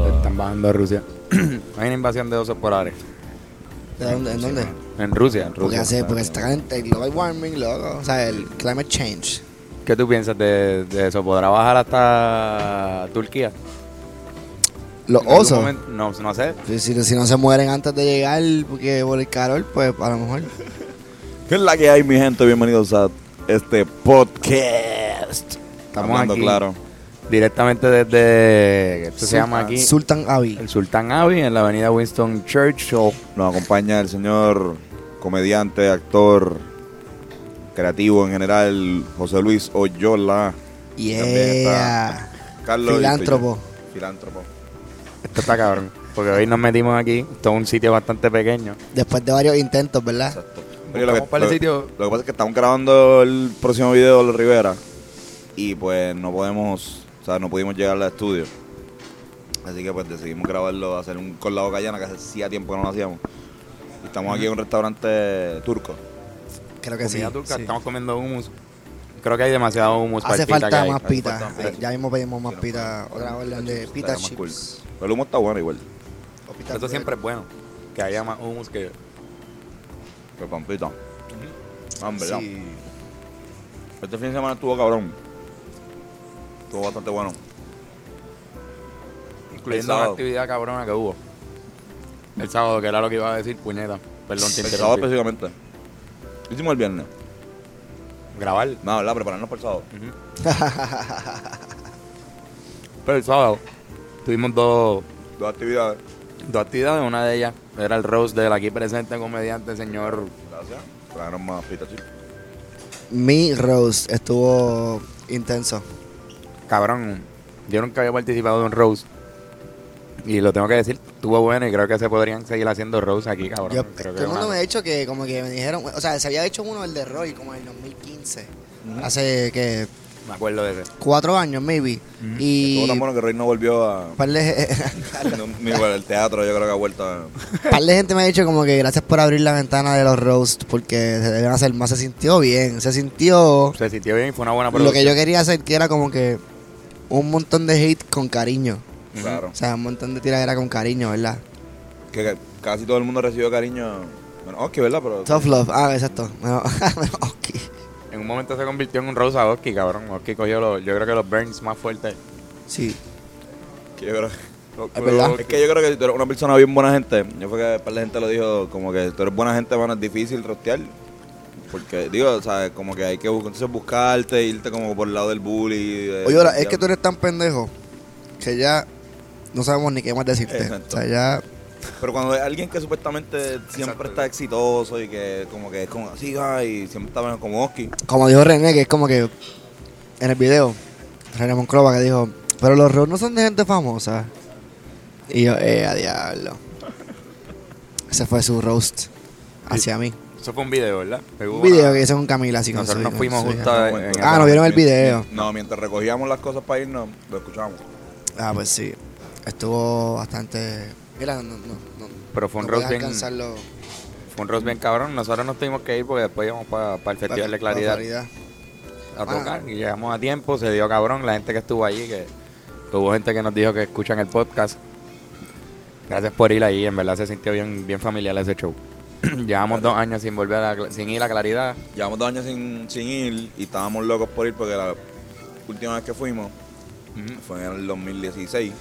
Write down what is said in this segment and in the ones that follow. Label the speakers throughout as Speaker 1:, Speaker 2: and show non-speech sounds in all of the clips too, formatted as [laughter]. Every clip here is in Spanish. Speaker 1: invadiendo a Rusia. [clears throat] Hay una invasión de osos polares.
Speaker 2: ¿De dónde- ¿En dónde?
Speaker 1: En Rusia, en
Speaker 2: Porque,
Speaker 1: Rusia.
Speaker 2: hace, porque está en el global warming, loco. O sea, el climate change.
Speaker 1: ¿Qué tú piensas de, de eso? ¿Podrá bajar hasta Turquía?
Speaker 2: Los
Speaker 1: ¿En algún
Speaker 2: osos.
Speaker 1: momento? No, no sé.
Speaker 2: Pues Si, si no se mueren antes de llegar porque por el calor, pues a lo mejor.
Speaker 3: ¿Qué es la que hay, mi gente? Bienvenidos a este podcast.
Speaker 1: Estamos
Speaker 3: Hablando
Speaker 1: aquí.
Speaker 3: claro.
Speaker 1: Directamente desde. Esto se llama aquí.
Speaker 2: Sultan Abbey.
Speaker 1: El Sultán Abbey en la avenida Winston Churchill.
Speaker 3: Nos acompaña el señor comediante, actor, creativo en general, José Luis Oyola. También está
Speaker 2: Yeah.
Speaker 3: Carlos. y
Speaker 2: Filántropo.
Speaker 3: estoy yo. Filántropo.
Speaker 1: Esto está cabrón. Porque hoy nos metimos aquí. Esto es un sitio bastante pequeño.
Speaker 2: Después de varios intentos, ¿verdad?
Speaker 3: Oye, lo, que,
Speaker 1: Buscamos para el
Speaker 3: lo-
Speaker 1: sitio.
Speaker 3: lo que pasa es que estamos grabando el próximo video de los Rivera y pues no podemos, o sea, no pudimos llegar al estudio. Así que pues decidimos grabarlo, hacer un con la boca llena que hacía tiempo que no lo hacíamos. Y estamos aquí en un restaurante turco.
Speaker 2: Creo que sí.
Speaker 1: Comida turca,
Speaker 2: sí.
Speaker 1: Estamos comiendo hummus. Creo que hay demasiado hummus para
Speaker 2: Hace
Speaker 1: el pita que
Speaker 2: falta
Speaker 1: hay.
Speaker 2: más
Speaker 3: hace
Speaker 2: pita.
Speaker 3: falta más pita.
Speaker 2: Ya mismo pedimos más
Speaker 3: Sí, no,
Speaker 2: pita. Otra orden de
Speaker 3: Estaría
Speaker 2: pita
Speaker 3: más
Speaker 2: chips.
Speaker 3: cool. Pero el humo está bueno igual.
Speaker 2: O pita
Speaker 1: Eso
Speaker 2: bread.
Speaker 1: siempre es bueno. Que haya más hummus que.
Speaker 3: Pero pampita. Hombre,
Speaker 2: Sí.
Speaker 3: Este fin de semana estuvo cabrón. Estuvo bastante bueno.
Speaker 1: Incluyendo una
Speaker 3: sábado.
Speaker 1: actividad cabrona que hubo. El sábado, que era lo que iba a decir, puñeta. Perdón, te
Speaker 3: El sábado pues,
Speaker 1: interrumpí.
Speaker 3: específicamente. ¿Qué Hicimos el viernes.
Speaker 1: Grabar.
Speaker 3: No, ¿verdad? Prepararnos para el sábado.
Speaker 1: Pero el sábado tuvimos dos,
Speaker 3: Dos actividades.
Speaker 1: dos actividades. Una de ellas era el roast del aquí presente comediante, señor.
Speaker 3: Gracias. Trajeron más pita chips.
Speaker 2: Mi roast estuvo intenso.
Speaker 1: Cabrón, yo nunca había participado de un roast. Y lo tengo que decir, estuvo bueno y creo que se podrían seguir haciendo roast aquí, cabrón.
Speaker 2: Yo,
Speaker 1: creo que
Speaker 2: todo el mundo
Speaker 1: una-
Speaker 2: me ha dicho que como que me dijeron, o sea, se había hecho uno el de Roy como en el 2015. Hace que
Speaker 1: me acuerdo de ese.
Speaker 2: cuatro años maybe.
Speaker 3: Estuvo
Speaker 2: Y
Speaker 3: tan bueno que Rey no volvió a.
Speaker 2: par de, [laughs]
Speaker 3: no, ni para el teatro, yo creo que ha vuelto a.
Speaker 2: par de gente me ha dicho como que gracias por abrir la ventana de los roasts porque se deben hacer más. Se sintió bien, se sintió
Speaker 1: Se sintió bien y fue una buena
Speaker 2: lo que
Speaker 1: producción.
Speaker 2: yo quería hacer que era como que un montón de hate con cariño.
Speaker 3: Claro.
Speaker 2: O sea, un montón de tiradera con cariño, ¿verdad?
Speaker 3: Que ca- casi todo el mundo recibió cariño. Bueno, ok, ¿verdad? Pero.
Speaker 2: Tough love. Ah, exacto. [laughs] Bueno, bueno, ok.
Speaker 1: En un momento se convirtió en un roast a Oski, cabrón. Oski cogió, los, yo creo que los burns más fuertes.
Speaker 2: Sí.
Speaker 3: que yo creo-
Speaker 2: Es verdad.
Speaker 3: Es que yo creo que si tú eres una persona bien buena gente, yo fue que un par de gente lo dijo, como que si tú eres buena gente, bueno, es difícil rostear. Porque, digo, o sea, como que hay que bu- entonces buscarte, irte como por el lado del bully. de-
Speaker 2: Oye, ahora,
Speaker 3: del
Speaker 2: es que tú eres tan pendejo que ya no sabemos ni qué más decirte.
Speaker 3: Exacto.
Speaker 2: O sea, ya.
Speaker 3: Pero cuando es alguien que supuestamente siempre está exitoso y que como que es como así, ay, siempre está mejor como Oski.
Speaker 2: Como dijo René, que es como que en el video, René Monclova que dijo, pero los reos no son de gente famosa. Y yo, eh, a diablo. Ese fue su roast hacia mí.
Speaker 1: Eso fue un video, ¿verdad? Que hubo
Speaker 2: Un video
Speaker 1: una-
Speaker 2: que hizo con Camila, así con
Speaker 1: Nosotros
Speaker 2: su-
Speaker 1: nos fuimos
Speaker 2: su hija.
Speaker 1: juntos. en-
Speaker 3: Bueno,
Speaker 1: en-
Speaker 2: Ah, no vieron el video.
Speaker 3: No, mientras recogíamos las cosas para irnos, lo escuchábamos.
Speaker 2: Ah, pues sí. Estuvo bastante. Mira, no, no, no.
Speaker 1: Pero fue un
Speaker 2: no puedes
Speaker 1: roast bien-
Speaker 2: alcanzarlo
Speaker 1: Fue un roast bien cabrón. Nosotros nos tuvimos que ir porque después íbamos para el
Speaker 2: para-
Speaker 1: Festival de
Speaker 2: para
Speaker 1: Claridad.
Speaker 2: Claridad.
Speaker 1: a
Speaker 2: Bueno.
Speaker 1: tocar y llegamos a tiempo, se dio cabrón, la gente que estuvo allí, que, que hubo gente que nos dijo que escuchan el podcast. Gracias por ir ahí, en verdad se sintió bien, bien familiar ese show. [clears throat] Llevamos dos años sin volver a, Cla- sin ir a Claridad.
Speaker 3: Llevamos dos años sin, sin ir y estábamos locos por ir porque la última vez que fuimos fue en el 2016.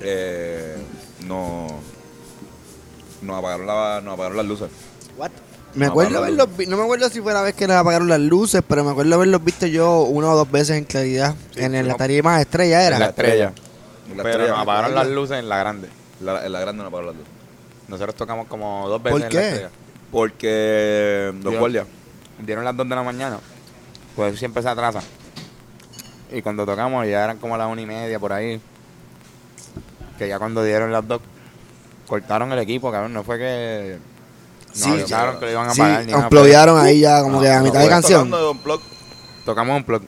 Speaker 3: Eh, no, nos, apagaron la- nos apagaron las luces.
Speaker 2: What? Me
Speaker 1: Ah,
Speaker 3: No,
Speaker 2: acuerdo
Speaker 3: para
Speaker 2: ver
Speaker 3: la
Speaker 2: los vi- no me acuerdo si fue la vez que les apagaron las luces, pero me acuerdo haberlos visto yo una o dos veces en claridad.
Speaker 3: Sí,
Speaker 2: en la
Speaker 3: fuimos-
Speaker 2: tarima más estrella
Speaker 1: En la
Speaker 2: era.
Speaker 1: estrella.
Speaker 3: En la
Speaker 1: Pero
Speaker 3: estrella.
Speaker 1: nos apagaron las luces en la grande.
Speaker 3: La- en la grande nos apagaron las luces.
Speaker 1: Nosotros tocamos como dos veces
Speaker 2: ¿Por
Speaker 1: en la
Speaker 2: qué?
Speaker 1: estrella.
Speaker 3: Porque los
Speaker 1: Dios.
Speaker 3: guardias.
Speaker 1: Dieron las dos de la mañana. Pues siempre se atrasa. Y cuando tocamos ya eran como las una y media por ahí. Que ya cuando dieron las dos, cortaron el equipo, cabrón. No fue que. No
Speaker 2: Sí,
Speaker 1: avisaron
Speaker 3: ya.
Speaker 1: que lo iban a
Speaker 2: Sí,
Speaker 1: pagar. ni nada, pues.
Speaker 2: amplodearon ahí ya como
Speaker 1: No,
Speaker 2: que a
Speaker 1: no,
Speaker 2: mitad de
Speaker 1: bueno,
Speaker 2: canción.
Speaker 3: Tocando de Don Block.
Speaker 1: pero Tocamos un plot.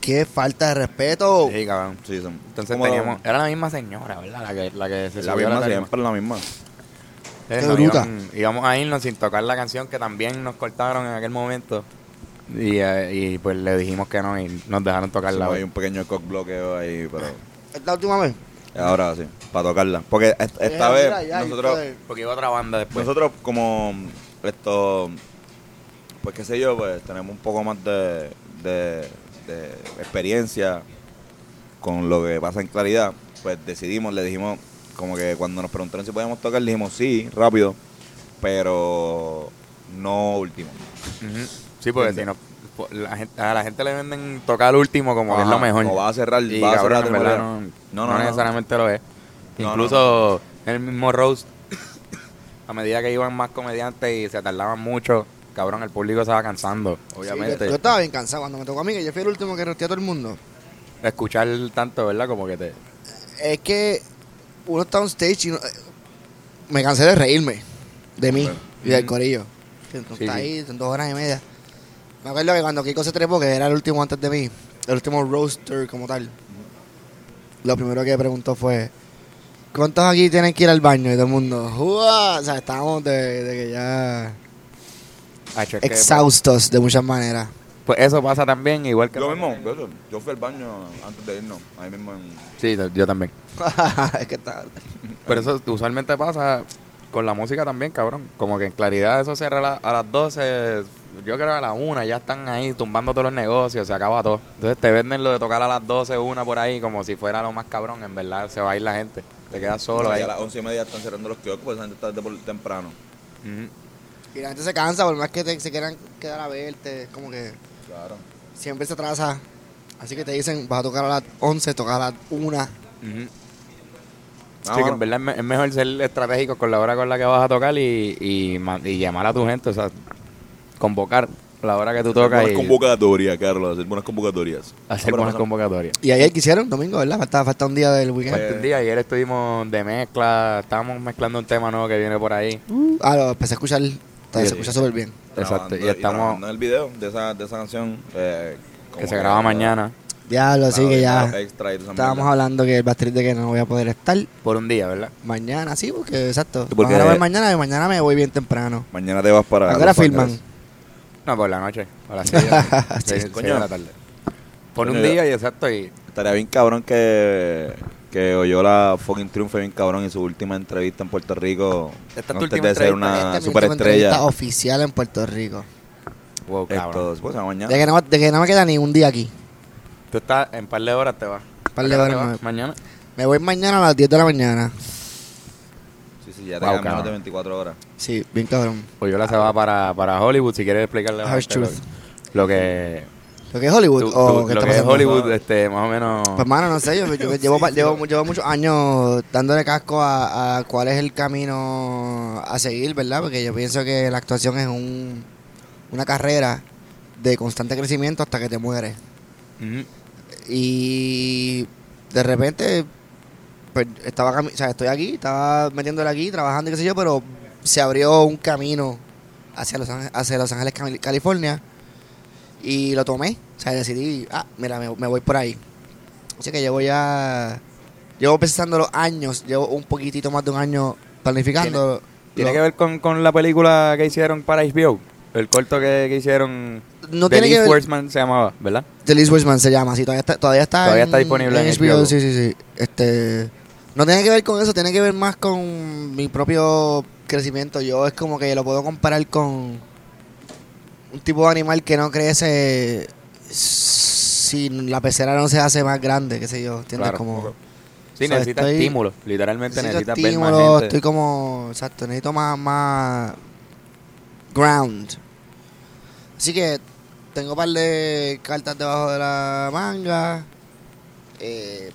Speaker 2: Qué falta de respeto.
Speaker 1: Sí, cabrón.
Speaker 3: Sí, son-
Speaker 1: Entonces
Speaker 3: como-
Speaker 1: teníamos. Era la misma señora, ¿verdad? La que, la que se subió
Speaker 3: La
Speaker 1: a
Speaker 3: misma,
Speaker 1: la tarima.
Speaker 3: siempre la misma.
Speaker 1: Entonces,
Speaker 2: Qué
Speaker 1: nos
Speaker 2: bruta.
Speaker 1: Íbamos, íbamos a irnos sin tocar la canción que también nos cortaron en aquel momento. Y, eh, y pues le dijimos que no y nos dejaron tocar
Speaker 3: Sí,
Speaker 1: la
Speaker 3: Hay un pequeño cock bloqueo ahí, pero.
Speaker 2: Es la última vez.
Speaker 3: Ahora sí, para tocarla. Porque est- esta,
Speaker 2: Eh,
Speaker 3: vez
Speaker 2: mira, ya,
Speaker 3: nosotros,
Speaker 2: joder.
Speaker 1: Porque iba otra banda después.
Speaker 3: nosotros como esto, pues qué sé yo, pues tenemos un poco más de, de- de experiencia con lo que pasa en claridad. Pues decidimos, le dijimos, como que cuando nos preguntaron si podíamos tocar, le dijimos sí, rápido, pero no último.
Speaker 1: Ujú. Sí, porque si no, po- la gente- a la gente le venden tocar el último como que es lo
Speaker 3: Ajá,
Speaker 1: mejor.
Speaker 3: o vas a cerrar-
Speaker 1: Y,
Speaker 3: vas a
Speaker 1: cabrón,
Speaker 3: cerrar
Speaker 1: en verdad, no,
Speaker 3: temporada. No,
Speaker 1: no,
Speaker 3: no, no.
Speaker 1: necesariamente lo es.
Speaker 3: No,
Speaker 1: Incluso el mismo roast, [coughs] a medida que iban más comediantes y se tardaban mucho, cabrón, el público se va cansando,
Speaker 2: Sí, yo,
Speaker 1: obviamente.
Speaker 2: yo estaba bien cansado cuando me tocó a mí, que yo fui el último que rosteé a todo el mundo.
Speaker 1: Escuchar tanto, ¿verdad? Como que te...
Speaker 2: Es que uno está on stage y no- me cansé de reírme de mí
Speaker 3: Ok.
Speaker 2: y del corillo. Que tú
Speaker 1: Sí,
Speaker 2: estás
Speaker 1: sí.
Speaker 2: ahí, son dos horas y media. Me acuerdo que cuando Kiko se trepó, que era el último antes de mí, el último roaster como tal, lo primero que preguntó fue, ¿cuántos aquí tienen que ir al baño? Y todo el mundo, "Uah", o sea, estábamos de, de que ya
Speaker 1: Ah, es que, pues,
Speaker 2: exhaustos de muchas maneras.
Speaker 1: Pues eso pasa también, igual que...
Speaker 3: Lo mismo, yo- yo fui al baño antes de irnos, ahí mismo en...
Speaker 1: Sí, yo también.
Speaker 2: [laughs] es que está...
Speaker 1: Pero eso usualmente pasa con la música también, cabrón. Como que en claridad eso cierra a, la- a las 12, yo creo a las 1, ya están ahí tumbando todos los negocios, se acaba todo. Entonces te venden lo de tocar a las 12, una por ahí, como si fuera lo más cabrón, en verdad se va a ir la gente. Te quedas solo
Speaker 3: No,
Speaker 1: ahí.
Speaker 3: ya a las once y media están cerrando los kioscos, pues esa gente está desde por- temprano.
Speaker 1: Ujú.
Speaker 2: Y la gente se cansa, por más que te- se quieran quedar a verte, es como que...
Speaker 3: Claro.
Speaker 2: siempre se atrasa. Así que te dicen, vas a tocar a las 11, tocas a las 1.
Speaker 1: Ujú.
Speaker 3: Ah,
Speaker 1: sí, que
Speaker 3: bueno.
Speaker 1: en verdad es me- es mejor ser estratégico con la hora con la que vas a tocar y, y, ma- y llamar a tu gente, o sea, convocar la hora que tú
Speaker 3: Hacer
Speaker 1: tocas
Speaker 3: buenas Ah,
Speaker 1: y
Speaker 3: convocatorias, Carlos, hacer buenas convocatorias.
Speaker 1: hacer
Speaker 3: Ahora
Speaker 1: buenas
Speaker 3: pasamos-
Speaker 1: convocatorias.
Speaker 2: Y ayer que hicieron, domingo, ¿verdad? Falta, falta un día del weekend.
Speaker 3: Eh.
Speaker 1: Este día, ayer estuvimos de mezcla, estábamos mezclando un tema nuevo que viene por ahí.
Speaker 2: Ah, lo empecé a escuchar, se
Speaker 1: Sí.
Speaker 2: escucha súper bien.
Speaker 1: Exacto,
Speaker 3: Trabajando-
Speaker 1: y estamos
Speaker 3: trabajando en el video de esa, de esa canción. eh, como
Speaker 1: que se graba mañana
Speaker 2: Diablo, así
Speaker 3: claro,
Speaker 2: que ya
Speaker 3: claro, extra y toda esa
Speaker 2: estábamos
Speaker 3: mierda.
Speaker 2: hablando que el bastriz de que no voy a poder estar
Speaker 1: por un día, ¿verdad?
Speaker 2: mañana, sí, porque exacto.
Speaker 3: Porque-
Speaker 2: Vamos a grabar mañana y mañana me voy bien temprano.
Speaker 3: Mañana te vas para.
Speaker 2: ¿A qué hora
Speaker 3: Los
Speaker 2: filman?
Speaker 3: Ángeles.
Speaker 1: No, por la noche, a
Speaker 2: [laughs]
Speaker 1: las seis de la tarde.
Speaker 2: Sí,
Speaker 1: Seis- seis
Speaker 3: coño.
Speaker 1: de la tarde. Por
Speaker 3: Coño,
Speaker 1: un
Speaker 3: ya.
Speaker 1: día y exacto y
Speaker 3: Estaría bien cabrón que. Que Oyola fucking triunfe bien cabrón en su última entrevista en Puerto Rico.
Speaker 1: Esta es tu
Speaker 3: antes
Speaker 1: última
Speaker 3: de ser
Speaker 1: entrevista.
Speaker 3: una
Speaker 2: Esta es mi última Este entrevista
Speaker 3: Ah,
Speaker 2: Oh,
Speaker 3: superestrella.
Speaker 2: oficial en Puerto Rico.
Speaker 1: wow, cabrón.
Speaker 3: Esto, pues, a mañana.
Speaker 2: De que, no, de que no me queda ni un día aquí.
Speaker 1: Tú estás en par de horas te vas.
Speaker 2: Par
Speaker 1: ¿A
Speaker 2: de
Speaker 1: qué hora
Speaker 2: horas
Speaker 1: te
Speaker 2: me
Speaker 1: vas? mañana.
Speaker 2: Me voy mañana a las 10 de la mañana.
Speaker 3: Sí, sí, ya te
Speaker 1: Wow,
Speaker 3: quedan menos
Speaker 1: cabrón.
Speaker 3: de 24 horas.
Speaker 2: Sí, bien cabrón.
Speaker 1: Pues yo la se va para, para Hollywood si quieres explicarle a la
Speaker 2: Harsh
Speaker 1: gente lo,
Speaker 2: truth.
Speaker 1: lo que
Speaker 2: ¿Lo que es Hollywood?
Speaker 1: tú-
Speaker 2: o
Speaker 1: tú-
Speaker 2: qué
Speaker 1: lo
Speaker 2: está
Speaker 1: que es
Speaker 2: pasando?
Speaker 1: Hollywood este más o menos
Speaker 2: Pues, mano, [laughs] no sé, yo, yo- llevo, pa- llevo, llevo muchos años dándole casco a, a cuál es el camino a seguir, ¿verdad? Porque yo pienso que la actuación es un, una carrera de constante crecimiento hasta que te mueres.
Speaker 1: Ujú.
Speaker 2: Y de repente, pues, estaba, cami- o sea, estoy aquí, estaba metiéndole aquí, trabajando y qué sé yo, pero se abrió un camino hacia Los Ángeles, hacia Los Ángeles Cali- California, y lo tomé. O sea, decidí, ah, mira, me, me voy por ahí. Así que llevo ya, llevo pensando los años, llevo un poquitito más de un año planificando.
Speaker 1: tiene
Speaker 2: lo-
Speaker 1: que ver con, con la película que hicieron para HBO, el corto que, que hicieron
Speaker 2: No
Speaker 1: The
Speaker 2: tiene que
Speaker 1: Leaf
Speaker 2: ver-
Speaker 1: Wordsman se llamaba, ¿verdad?
Speaker 2: The Least Wishman se llama, sí, todavía está, todavía está,
Speaker 1: Todavía está disponible en
Speaker 2: HBO.
Speaker 1: HBO.
Speaker 2: Sí, sí, sí. Este, no tiene que ver con eso, tiene que ver más con mi propio crecimiento. Yo es como que lo puedo comparar con un tipo de animal que no crece si la pecera no se hace más grande, qué sé yo, ¿entiendes?
Speaker 1: Claro,
Speaker 2: como
Speaker 1: ok. Sí,
Speaker 2: O sea,
Speaker 1: necesitas
Speaker 2: estoy-
Speaker 1: estímulo, literalmente
Speaker 2: necesito
Speaker 1: necesitas ver
Speaker 2: estímulo,
Speaker 1: más gente.
Speaker 2: estoy como, exacto, necesito más, más ground. Así que tengo un par de cartas debajo de la manga. Eh,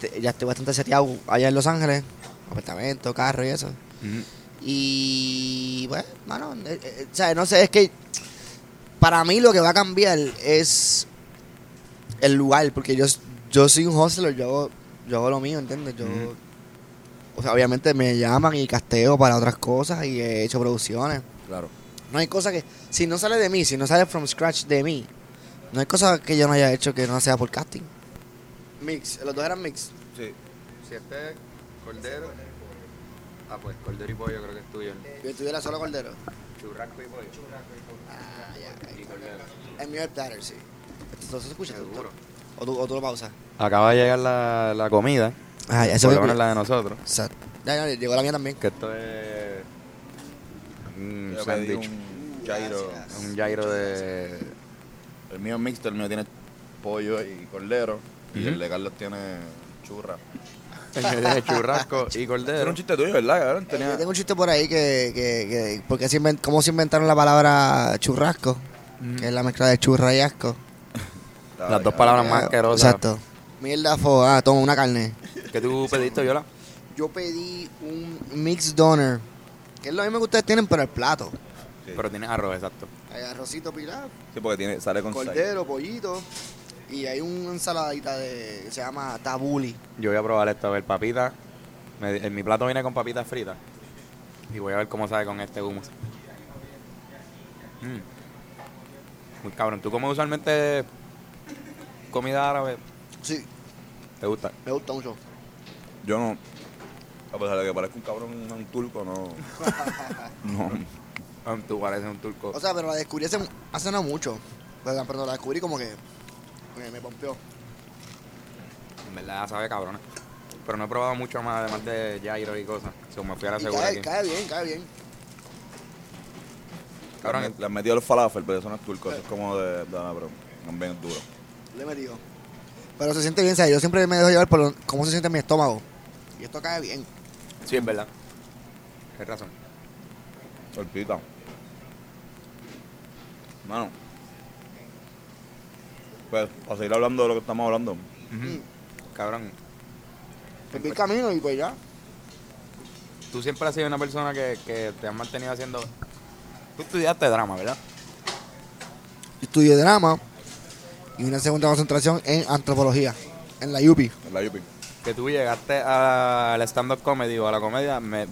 Speaker 2: te- ya estoy bastante seteado allá en Los Ángeles, apartamento, carro y eso.
Speaker 1: Ujú.
Speaker 2: Y bueno, mano, eh, eh, o sea, no sé, es que para mí lo que va a cambiar es el lugar, porque yo, yo soy un hustler, yo, hago- yo hago lo mío, ¿entiendes? Yo,
Speaker 1: Ujú.
Speaker 2: o sea, obviamente me llaman y casteo para otras cosas y he hecho producciones.
Speaker 3: Claro.
Speaker 2: No hay cosa que, si no sale de mí, si no sale from scratch de mí, no hay cosa que yo no haya hecho que no sea por casting. Mix, los dos eran mix.
Speaker 3: Sí.
Speaker 1: Si este es cordero. Ah, pues cordero y pollo creo que es tuyo.
Speaker 2: Yo estuviera solo cordero.
Speaker 1: Churrasco y pollo.
Speaker 2: Ah, ya. El mío es platter, sí. ¿Esto se escucha? ¿O tú, o tú lo pausas?
Speaker 1: Acaba de llegar la, la comida.
Speaker 2: Ah, ya, eso
Speaker 1: por
Speaker 2: me-
Speaker 1: lo menos la de nosotros.
Speaker 2: Exacto. Ya, ya, llegó la mía también.
Speaker 1: Que esto es. Un
Speaker 3: Yo pedí
Speaker 1: sándwich.
Speaker 3: un gyro.
Speaker 1: Un gyro de.
Speaker 3: El mío es mixto, el mío tiene pollo y cordero. Y
Speaker 1: Ujú.
Speaker 3: el de Carlos tiene churra.
Speaker 1: [laughs] de churrasco y
Speaker 3: Era
Speaker 1: cordero.
Speaker 3: un chiste tuyo, ¿verdad? cabrón?
Speaker 2: Eh,
Speaker 3: Tenía...
Speaker 2: yo tengo un chiste por ahí que, que, que- porque se inven- cómo se inventaron la palabra churrasco, que es la mezcla de churra y asco.
Speaker 1: Las dos palabras más
Speaker 2: Eh,
Speaker 1: asquerosas.
Speaker 2: Exacto. Mierda fo, ah, toma una carne.
Speaker 1: ¿Qué tú pediste, Viola?
Speaker 2: Yo pedí un mixed doner, que es lo mismo que ustedes tienen pero el plato.
Speaker 3: Sí.
Speaker 1: Pero tienes arroz, exacto.
Speaker 2: Hay arrocito pilar,
Speaker 3: Sí, porque tiene, sale con sal.
Speaker 2: cordero, pollito y hay una ensaladita de que se llama tabuli.
Speaker 1: Yo voy a probar esto, a ver, papita. Me- en mi plato viene con papitas fritas. Y voy a ver cómo sabe con este hummus. Mm. Muy cabrón. ¿Tú comes usualmente comida árabe?
Speaker 2: Sí,
Speaker 1: ¿Te gusta?
Speaker 2: me gusta
Speaker 3: [laughs]
Speaker 2: mucho.
Speaker 3: Yo no. A pesar de que parezca un cabrón, un turco, no. no.
Speaker 1: Ah, Tú pareces un turco.
Speaker 2: O sea, pero la descubrí hace, hace no mucho. Pero, pero la descubrí como que me, me pompeó.
Speaker 1: En verdad sabe cabrón. Pero no he probado mucho más, además de Jairo y cosas. Si me fui a la
Speaker 2: Y
Speaker 1: segura
Speaker 2: cae,
Speaker 1: aquí.
Speaker 2: cae bien, cae bien.
Speaker 1: [laughs] Cabrón,
Speaker 3: Le han- Le han metido el falafel, pero eso no es turco, eso es como de. de no, pero también es duro.
Speaker 2: Le he metido. Pero se siente bien, ¿sabes? Yo siempre me dejo llevar por lo- cómo se siente mi estómago. Y esto cae bien.
Speaker 1: Sí, es verdad. Tienes razón.
Speaker 3: Tortita. Mano. Pues, para seguir hablando de lo que estamos hablando.
Speaker 1: Cabrón,
Speaker 2: Perdí el camino y pues ya.
Speaker 1: tú siempre has sido una persona que, que te has mantenido haciendo... Tú estudiaste drama, ¿verdad?
Speaker 2: Estudié drama y una segunda concentración en antropología, en la UPI.
Speaker 3: En la Yupi.
Speaker 1: Que tú llegaste a la stand-up comedy o a la comedia me-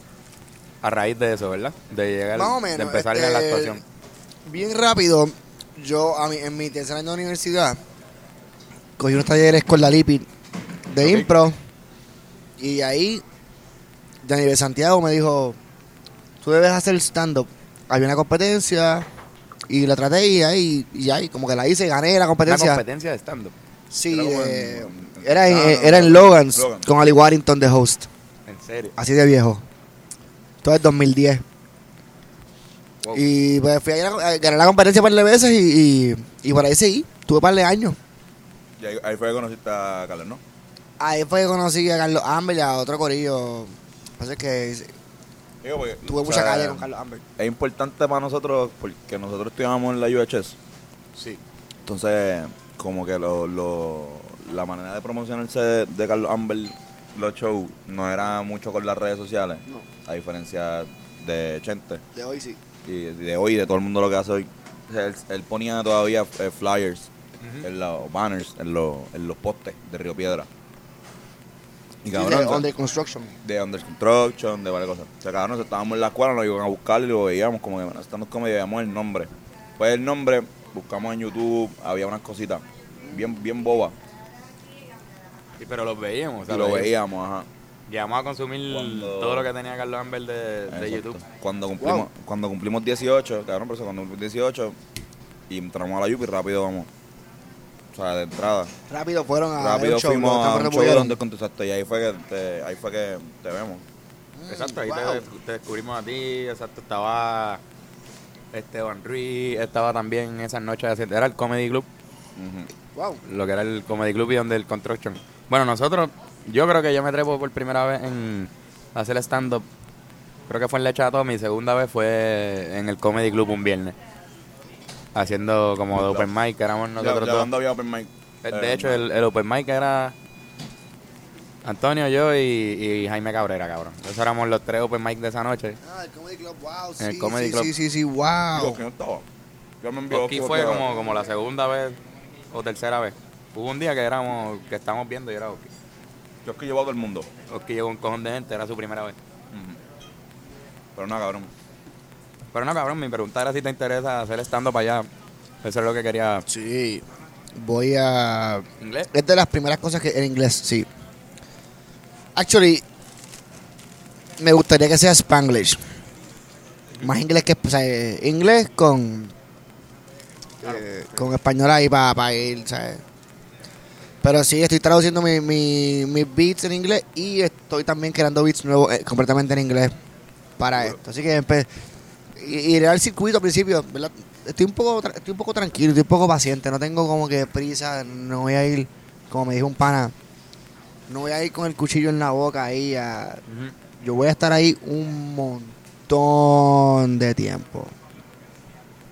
Speaker 1: a raíz de eso, ¿verdad? De llegar,
Speaker 2: Más o menos,
Speaker 1: de empezar en la
Speaker 2: este,
Speaker 1: actuación.
Speaker 2: Bien rápido, yo a mi- en mi tercer año de universidad cogí unos talleres con la LIPI de
Speaker 3: Ok.
Speaker 2: impro y ahí Daniel Santiago me dijo, tú debes hacer stand-up. Había una competencia y la traté y ahí, y ahí como que la hice, gané la
Speaker 1: Una
Speaker 2: competencia.
Speaker 1: competencia de stand-up.
Speaker 2: sí,
Speaker 3: Era como
Speaker 2: de-
Speaker 3: en- en-
Speaker 2: era, en,
Speaker 3: Ah,
Speaker 2: eh,
Speaker 3: no,
Speaker 2: era en Logan's
Speaker 3: Logan.
Speaker 2: con Ali Warrington de host,
Speaker 1: En serio.
Speaker 2: así de viejo. Todo el 2010.
Speaker 1: Wow.
Speaker 2: Y pues fui a, ganar- a ganar la competencia un par de veces y, y, y por ahí seguí. Tuve un par de años.
Speaker 3: Y ahí, ahí fue que conociste a Carlos, ¿no?
Speaker 2: Ahí fue que conocí a Carlos Amber y a otro corillo. Así que
Speaker 3: Digo, porque,
Speaker 2: tuve
Speaker 3: o
Speaker 2: mucha
Speaker 3: sea,
Speaker 2: calle con Carlos Amber.
Speaker 3: Es importante para nosotros porque nosotros estudiábamos en la UHS.
Speaker 1: Sí.
Speaker 3: Entonces, como que lo, lo- la manera de promocionarse de, de Carlos Amber, los shows, no era mucho con las redes sociales.
Speaker 2: No.
Speaker 3: A diferencia de Chente
Speaker 2: De hoy sí.
Speaker 3: y de hoy, de todo el mundo lo que hace hoy. O sea, Él, él ponía todavía eh, flyers,
Speaker 1: Ujú.
Speaker 3: en los banners, en, los- en los postes de Río Piedra. Y
Speaker 2: Sí,
Speaker 3: cabrón,
Speaker 2: de
Speaker 3: o sea,
Speaker 2: Under Construction.
Speaker 3: de Under Construction, de varias cosas. O sea, cabrón, estábamos en la escuela, nos iban a buscar y lo veíamos, como que bueno, estamos como y veíamos el nombre. Pues el nombre, buscamos en YouTube, había unas cositas bien, bien bobas.
Speaker 1: Y- pero los veíamos. o sea,
Speaker 3: y lo
Speaker 1: los veíamos.
Speaker 3: veíamos, ajá.
Speaker 1: Llegamos a consumir
Speaker 3: Cuando-
Speaker 1: todo lo que tenía Carlos Amber de, de
Speaker 3: Exacto.
Speaker 1: YouTube.
Speaker 3: Cuando cumplimos,
Speaker 2: Wow.
Speaker 3: cuando cumplimos 18, cabrón, por eso cuando cumplimos 18 y entramos a la Yupi rápido vamos. O sea, de entrada.
Speaker 2: Rápido fueron a ver
Speaker 3: rápido
Speaker 2: Ah, un show,
Speaker 3: fuimos
Speaker 2: ¿no?
Speaker 3: a
Speaker 2: Tampoco
Speaker 3: un
Speaker 2: te
Speaker 3: show de
Speaker 2: pudieron.
Speaker 3: Under Construction y ahí fue que te, ahí fue que te vemos.
Speaker 2: Mm,
Speaker 1: Exacto, ahí
Speaker 2: wow.
Speaker 1: te, te descubrimos a ti, exacto, estaba Esteban Ruiz, estaba también esas noches, de- era el Comedy Club,
Speaker 3: Ujú.
Speaker 2: Wow.
Speaker 1: lo que era el Comedy Club y donde el Construction. Bueno, nosotros, yo creo que yo me trepo por primera vez en hacer stand-up, creo que fue en Lecha mi segunda vez fue en el Comedy Club un viernes, haciendo como de open mic, que éramos
Speaker 3: Ya-
Speaker 1: nosotros
Speaker 3: ya
Speaker 1: dos.
Speaker 3: cuando había open mic.
Speaker 1: El-
Speaker 3: eh,
Speaker 1: De hecho, el, el open mic era Antonio, yo y, y Jaime Cabrera, cabrón. Esos éramos los tres open mic de esa noche.
Speaker 2: Ah, el Comedy Club, wow. Sí,
Speaker 1: El Comedy
Speaker 2: sí,
Speaker 1: Club.
Speaker 2: sí, sí, sí,
Speaker 3: Digo,
Speaker 2: wow.
Speaker 3: que no estaba. Yo me envió
Speaker 1: Aquí fue como, como la segunda vez o tercera vez. Hubo un día que éramos, que estábamos viendo y era Oski.
Speaker 3: Yo es que llevo a todo el mundo.
Speaker 1: Oski llegó un cojón de gente, era su primera vez.
Speaker 3: Pero nada, cabrón.
Speaker 1: Pero no, cabrón, mi pregunta era si te interesa hacer estando para allá. Eso es lo que quería.
Speaker 2: Sí. Voy a
Speaker 1: ¿Inglés?
Speaker 2: Es de las primeras cosas que en inglés, sí. Actually, me gustaría que sea Spanglish. Más inglés que. o sea, eh, inglés con. eh, con español ahí para ir, ¿sabes? Pero sí, estoy traduciendo mi- mi- mis beats en inglés y estoy también creando beats nuevos eh, completamente en inglés para esto. Así que empe- i- iré al circuito al principio, ¿verdad? Estoy un, poco, tra- estoy un poco tranquilo, estoy un poco paciente, no tengo como que prisa, no voy a ir, como me dijo un pana, no voy a ir con el cuchillo en la boca ahí. A, yo voy a estar ahí un montón de tiempo.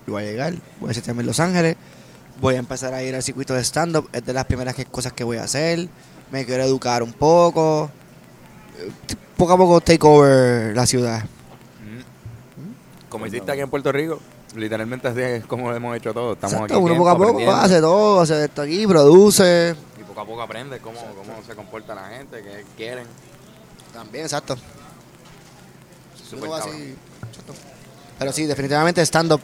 Speaker 2: Yo voy a llegar, voy a sentarme en Los Ángeles, voy a empezar a ir al circuito de stand-up, es de las primeras que- cosas que voy a hacer, me quiero educar un poco, eh, t- poco a poco take over la ciudad.
Speaker 1: Como hiciste aquí en Puerto Rico, literalmente así es como hemos hecho todo. Estamos
Speaker 2: Exacto,
Speaker 1: aquí
Speaker 2: uno
Speaker 1: tiempo
Speaker 2: poco a poco
Speaker 1: aprendiendo.
Speaker 2: hace todo, hace esto aquí, produce.
Speaker 1: Y poco a poco aprendes cómo, cómo se comporta la gente, qué quieren.
Speaker 2: También, exacto.
Speaker 1: Súper
Speaker 2: Uno va
Speaker 1: cabrón.
Speaker 2: así, exacto. Pero sí, definitivamente stand-up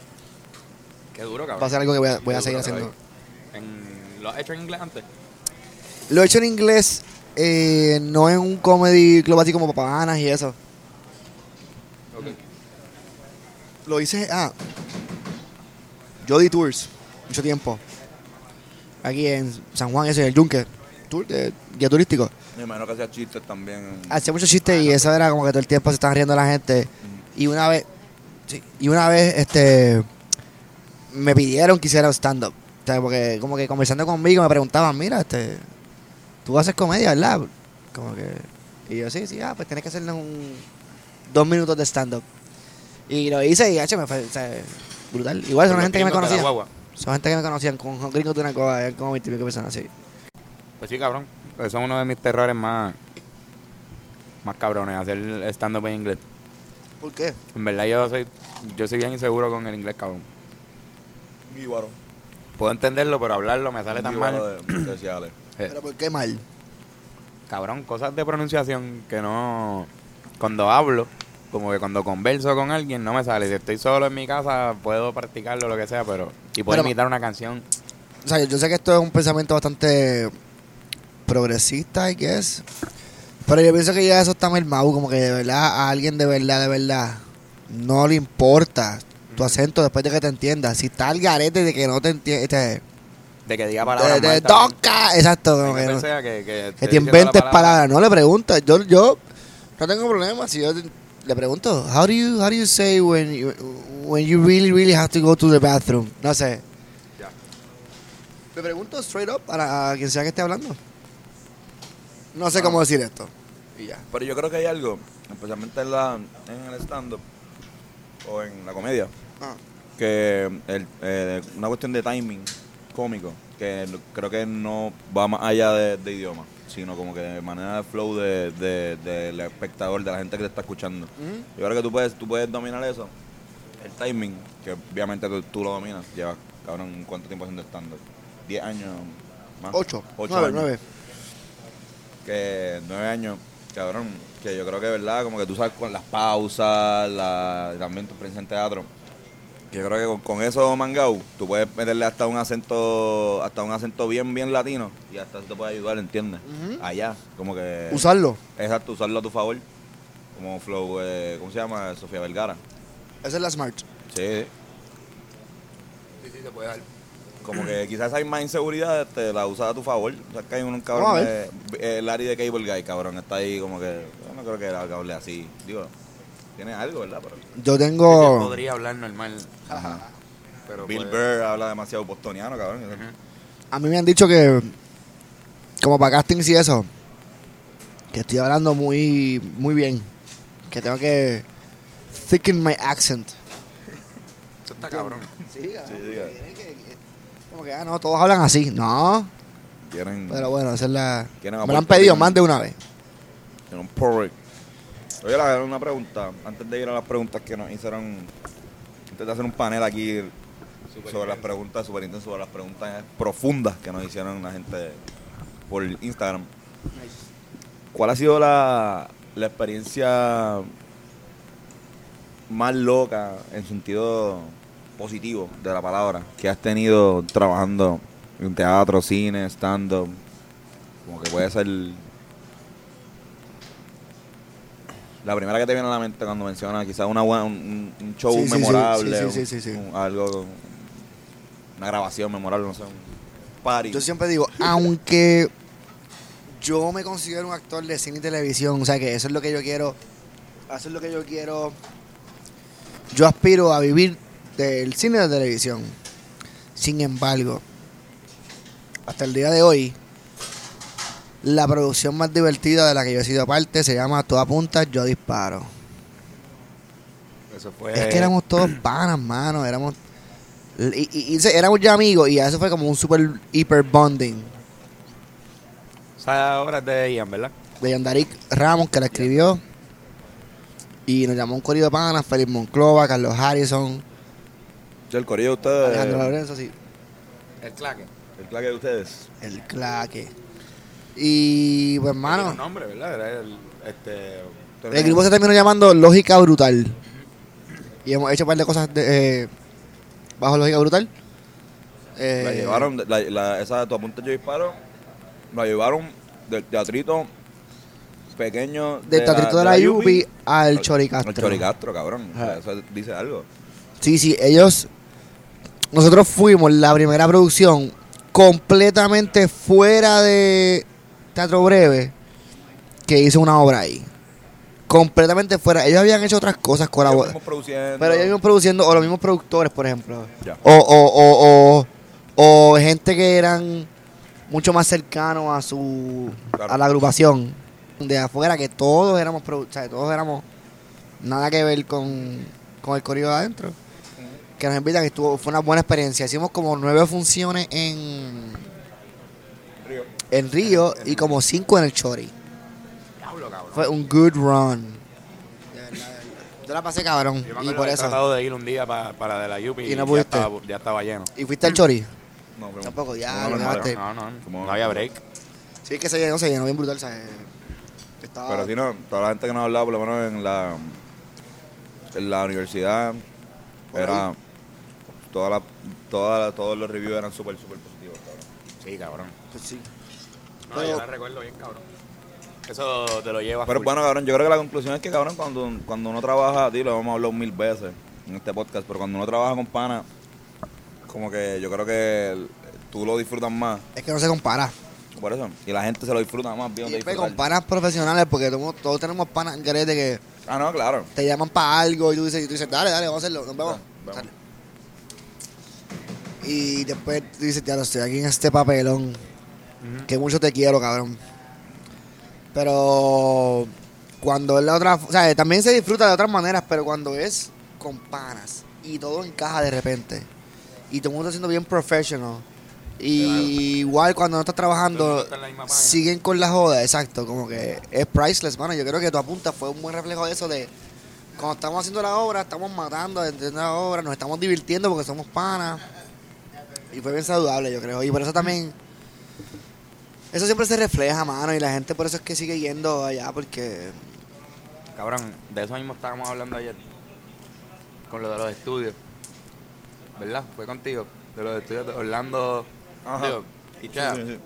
Speaker 1: Qué duro, cabrón.
Speaker 2: va a ser algo que voy a, voy a
Speaker 1: Qué
Speaker 2: seguir
Speaker 1: duro,
Speaker 2: haciendo.
Speaker 1: En- ¿Lo has hecho en inglés antes?
Speaker 2: Lo he hecho en inglés, eh, no en un comedy club así como Papanas y eso. Lo hice, ah, yo di tours mucho tiempo. Aquí en San Juan, ese, en el Yunque, tour de guía turístico.
Speaker 3: Me imagino que hacía chistes también.
Speaker 1: Ah,
Speaker 2: Hacía muchos chistes y eso era como que todo el tiempo se estaban riendo la gente. Y una vez, sí, y una vez, este, me pidieron que hiciera stand-up. O sea, porque como que conversando conmigo me preguntaban, mira, este, tú haces comedia, ¿verdad? Como que, y yo, sí, sí, ah, pues tienes que hacernos un, dos minutos de stand-up. Y lo hice y, hecho, me fue, o sea, brutal. Igual son
Speaker 1: Con los
Speaker 2: gente que me
Speaker 1: gringos de la
Speaker 2: conocía.
Speaker 1: guagua.
Speaker 2: Son gente que me conocían con con gringos de una coba, eran como 20 y pico personas, sí.
Speaker 1: Pues sí, cabrón. Eso es uno de mis terrores más, más cabrones, hacer stand-up en inglés.
Speaker 2: ¿Por qué?
Speaker 1: En verdad yo soy, yo soy bien inseguro con el inglés, cabrón.
Speaker 3: Víbaro.
Speaker 1: Puedo entenderlo, pero hablarlo me sale tan mal.
Speaker 3: Víbaro de- de Ciales.
Speaker 1: Eh,
Speaker 2: ¿Pero por qué mal?
Speaker 1: cabrón, cosas de pronunciación que no... Cuando hablo, como que cuando converso con alguien, no me sale. Si estoy solo en mi casa, puedo practicarlo, lo que sea, pero... Y puedo
Speaker 2: Pero-
Speaker 1: imitar una canción.
Speaker 2: O sea, yo sé que esto es un pensamiento bastante progresista, I guess. Pero yo pienso que ya eso está mermado, como que de verdad a alguien de verdad, de verdad, no le importa tu acento después de que te entienda. Si está el garete de que no te entiende,
Speaker 1: De que diga
Speaker 2: de,
Speaker 1: palabras
Speaker 2: de-
Speaker 1: mal, cabrón.
Speaker 2: toca, exacto, como
Speaker 1: Que
Speaker 2: que, no-
Speaker 1: no sea que, que,
Speaker 2: que te
Speaker 1: dice todas
Speaker 2: inventes
Speaker 1: las
Speaker 2: palabras, no le preguntas. Yo, yo no tengo problema si yo te- le pregunto, how do you, how do you say when you, when you really, really have to go to the bathroom? No sé.
Speaker 1: Ya.
Speaker 2: Le pregunto straight up a, la- a quien sea que esté hablando. No sé cómo decir esto. Y ya.
Speaker 3: Pero yo creo que hay algo, especialmente en, la, en el stand-up o en la comedia,
Speaker 2: Ah.
Speaker 3: que el- eh, una cuestión de timing cómico, que lo- creo que no va más allá de, de idioma, sino como que de manera de flow de- de- del espectador, de la gente que te está escuchando. Yo creo que tú puedes, tú puedes dominar eso, el timing, que obviamente tú, tú lo dominas. Llevas, cabrón, ¿cuánto tiempo haciendo stand-up? ¿10 años más?
Speaker 2: Ocho.
Speaker 3: Ocho
Speaker 2: nueve,
Speaker 3: años
Speaker 2: nueve.
Speaker 3: que nueve años, cabrón, que yo creo que verdad, como que tú sabes con las pausas, la, también tu experiencia en teatro. Que yo creo que con, con eso mangao, tú puedes meterle hasta un acento, hasta un acento bien, bien latino, y hasta eso te puede ayudar, ¿entiendes? Allá, como que
Speaker 2: Usarlo.
Speaker 3: exacto, usarlo a tu favor. Como Flow, eh, ¿cómo se llama? Sofía Vergara.
Speaker 2: Esa es la smart.
Speaker 3: Sí. Como que quizás hay más inseguridad, te la usas a tu favor. O sea, que hay un
Speaker 2: Vamos a
Speaker 3: cabrón.
Speaker 2: ver.
Speaker 3: de- el Larry de Cable Guy, cabrón, está ahí como que. Yo no creo que la hable así. Digo, tiene algo, ¿verdad? Pero,
Speaker 2: Yo
Speaker 1: palabras. Él
Speaker 2: tengo.
Speaker 1: podría hablar normal,
Speaker 3: Ajá.
Speaker 1: pero...
Speaker 3: Bill
Speaker 1: pues-
Speaker 3: Burr habla demasiado bostoniano, cabrón.
Speaker 1: Ujú.
Speaker 2: A mí me han dicho que, como para castings y eso, que estoy hablando muy, muy bien. Que tengo que thicken my accent.
Speaker 1: Eso está cabrón.
Speaker 2: Sí,
Speaker 3: Sí, diga.
Speaker 2: Como que, ah, no, todos hablan así. No,
Speaker 3: Tienen,
Speaker 2: pero bueno, esa es la...
Speaker 3: Quieren
Speaker 2: Me lo han
Speaker 3: aportar
Speaker 2: pedido
Speaker 3: Mm. bien.
Speaker 2: más de una vez.
Speaker 3: tienen un porrick. Oye, le hago una pregunta. Antes de ir a las preguntas que nos hicieron. Intenté hacer un panel aquí sobre las preguntas, súper intenso, sobre las preguntas profundas que nos hicieron la gente por Instagram. ¿Cuál ha sido la, la experiencia más loca en sentido positivo de la palabra que has tenido trabajando en teatro, cine, stand-up? Como que puede ser la primera que te viene a la mente cuando mencionas quizás una buena- un, un show
Speaker 2: Sí, sí, sí,
Speaker 3: memorable,
Speaker 2: sí, sí, sí, sí.
Speaker 3: un- un- algo, una grabación memorable, no sé. un- party.
Speaker 2: Yo siempre digo, aunque yo me considero un actor de cine y televisión, o sea que eso es lo que yo quiero, eso es lo que yo quiero, yo aspiro a vivir del cine y de la televisión. Sin embargo, hasta el día de hoy, la producción más divertida de la que yo he sido parte se llama Toda Punta, Yo Disparo.
Speaker 1: Eso fue.
Speaker 2: Es que éramos todos panas, mano. Éramos. Y, y- y se- éramos ya amigos y eso fue como un super hiper bonding.
Speaker 1: Esa obra es de Ian, ¿verdad?
Speaker 2: De Yandarik Ramos, que la escribió. Y nos llamó un corrido de panas: Félix Monclova, Carlos Harrison,
Speaker 3: Yo, el corillo de ustedes.
Speaker 2: Alejandro Lorenzo, sí.
Speaker 1: El claque.
Speaker 3: El claque de ustedes.
Speaker 2: El claque. Y pues,
Speaker 1: Mano.
Speaker 2: mano,
Speaker 1: nombre, ¿verdad? Era el. Este.
Speaker 2: el grupo se terminó llamando Lógica Brutal. Y hemos hecho un par de cosas de, eh, bajo Lógica Brutal. Eh,
Speaker 3: La llevaron, la, la- esa de tu apunte yo disparo, la llevaron del teatrito pequeño.
Speaker 2: Del Teatrito de la, Yupi al Choricastro.
Speaker 3: El Choricastro, cabrón. O sea,
Speaker 2: Ajá.
Speaker 3: eso dice algo.
Speaker 2: Sí, sí, ellos. Nosotros fuimos la primera producción completamente fuera de Teatro Breve que hizo una obra ahí. Completamente fuera. Ellos habían hecho otras cosas,
Speaker 3: Ellos
Speaker 2: colabor
Speaker 3: mismos produciendo.
Speaker 2: pero ellos mismos produciendo, o los mismos productores, por ejemplo.
Speaker 3: Ya.
Speaker 2: O, o, o, o, o gente que eran mucho más cercanos a su
Speaker 3: Claro.
Speaker 2: a la agrupación de afuera que todos éramos produ- o sea, todos éramos nada que ver con, con el corrido de adentro que nos invitan que estuvo fue una buena experiencia hicimos como nueve funciones en
Speaker 3: Río.
Speaker 2: en Río y como cinco en el Chori
Speaker 1: Diablo, cabrón.
Speaker 2: fue un good run De verdad, de verdad. yo la pasé cabrón
Speaker 1: Yo me
Speaker 2: y
Speaker 1: acuerdo
Speaker 2: por
Speaker 1: haber
Speaker 2: eso
Speaker 1: tratado de ir un día pa- para de la Yupi
Speaker 2: Y no
Speaker 1: ya
Speaker 2: pudiste.
Speaker 1: estaba- Ya estaba lleno.
Speaker 2: y fuiste al Chori
Speaker 3: No, pero-
Speaker 2: Tampoco, ya,
Speaker 3: no, no,
Speaker 2: lo
Speaker 3: no,
Speaker 2: llamaste.
Speaker 3: no.
Speaker 1: No, no,
Speaker 3: Como-
Speaker 1: no había break.
Speaker 2: Sí, es que se llenó, se llenó bien brutal. o sea, eh, estaba-
Speaker 3: Pero si no, toda la gente que nos hablaba, por lo menos en la, en la universidad,
Speaker 2: Por
Speaker 3: era. Toda la, toda la- todos los reviews eran súper, súper positivos, cabrón.
Speaker 1: Sí, cabrón.
Speaker 2: pues sí.
Speaker 1: No,
Speaker 2: Pero-
Speaker 1: yo la recuerdo bien, cabrón. Eso te lo llevas.
Speaker 3: Pero
Speaker 1: full.
Speaker 3: bueno, cabrón, yo creo que la conclusión es que, cabrón, cuando, cuando uno trabaja, tío, lo hemos hablado mil veces en este podcast, pero cuando uno trabaja con pana, como que yo creo que el- tú lo disfrutas más,
Speaker 2: Es que no se compara.
Speaker 3: por eso. Y la gente se lo disfruta más, bien
Speaker 2: Y pues, con panas profesionales, porque tomo- todos, tenemos panas garete que
Speaker 3: Ah, no, claro.
Speaker 2: te llaman para algo y tú dices, y tú dices, dale, dale, vamos a hacerlo, nos vemos.
Speaker 3: Ah, vamos.
Speaker 2: Sale. Y después tú dices, ya lo estoy aquí en este papelón. Que mucho te quiero, cabrón. Pero cuando es la otra. O sea, también se disfruta de otras maneras, pero cuando es con panas y todo encaja de repente. Y todo el mundo está siendo bien professional. Y igual cuando no estás
Speaker 1: Todo el mundo
Speaker 2: trabajando,
Speaker 1: está en la misma página.
Speaker 2: siguen con la joda, exacto. Como que es priceless, mano. Yo creo que tu apunta fue un buen reflejo de eso de. Cuando estamos haciendo la obra, estamos matando dentro de la obra, nos estamos divirtiendo porque somos panas. Y fue bien saludable, yo creo. Y por eso también. Eso siempre se refleja, mano. Y la gente por eso es que sigue yendo allá porque.
Speaker 1: Cabrón, de eso mismo estábamos hablando ayer. Con lo de los estudios. ¿Verdad? Fue contigo. De los estudios de Orlando.
Speaker 3: Ajá.
Speaker 1: digo, y Chea.
Speaker 3: Sí, sí, sí.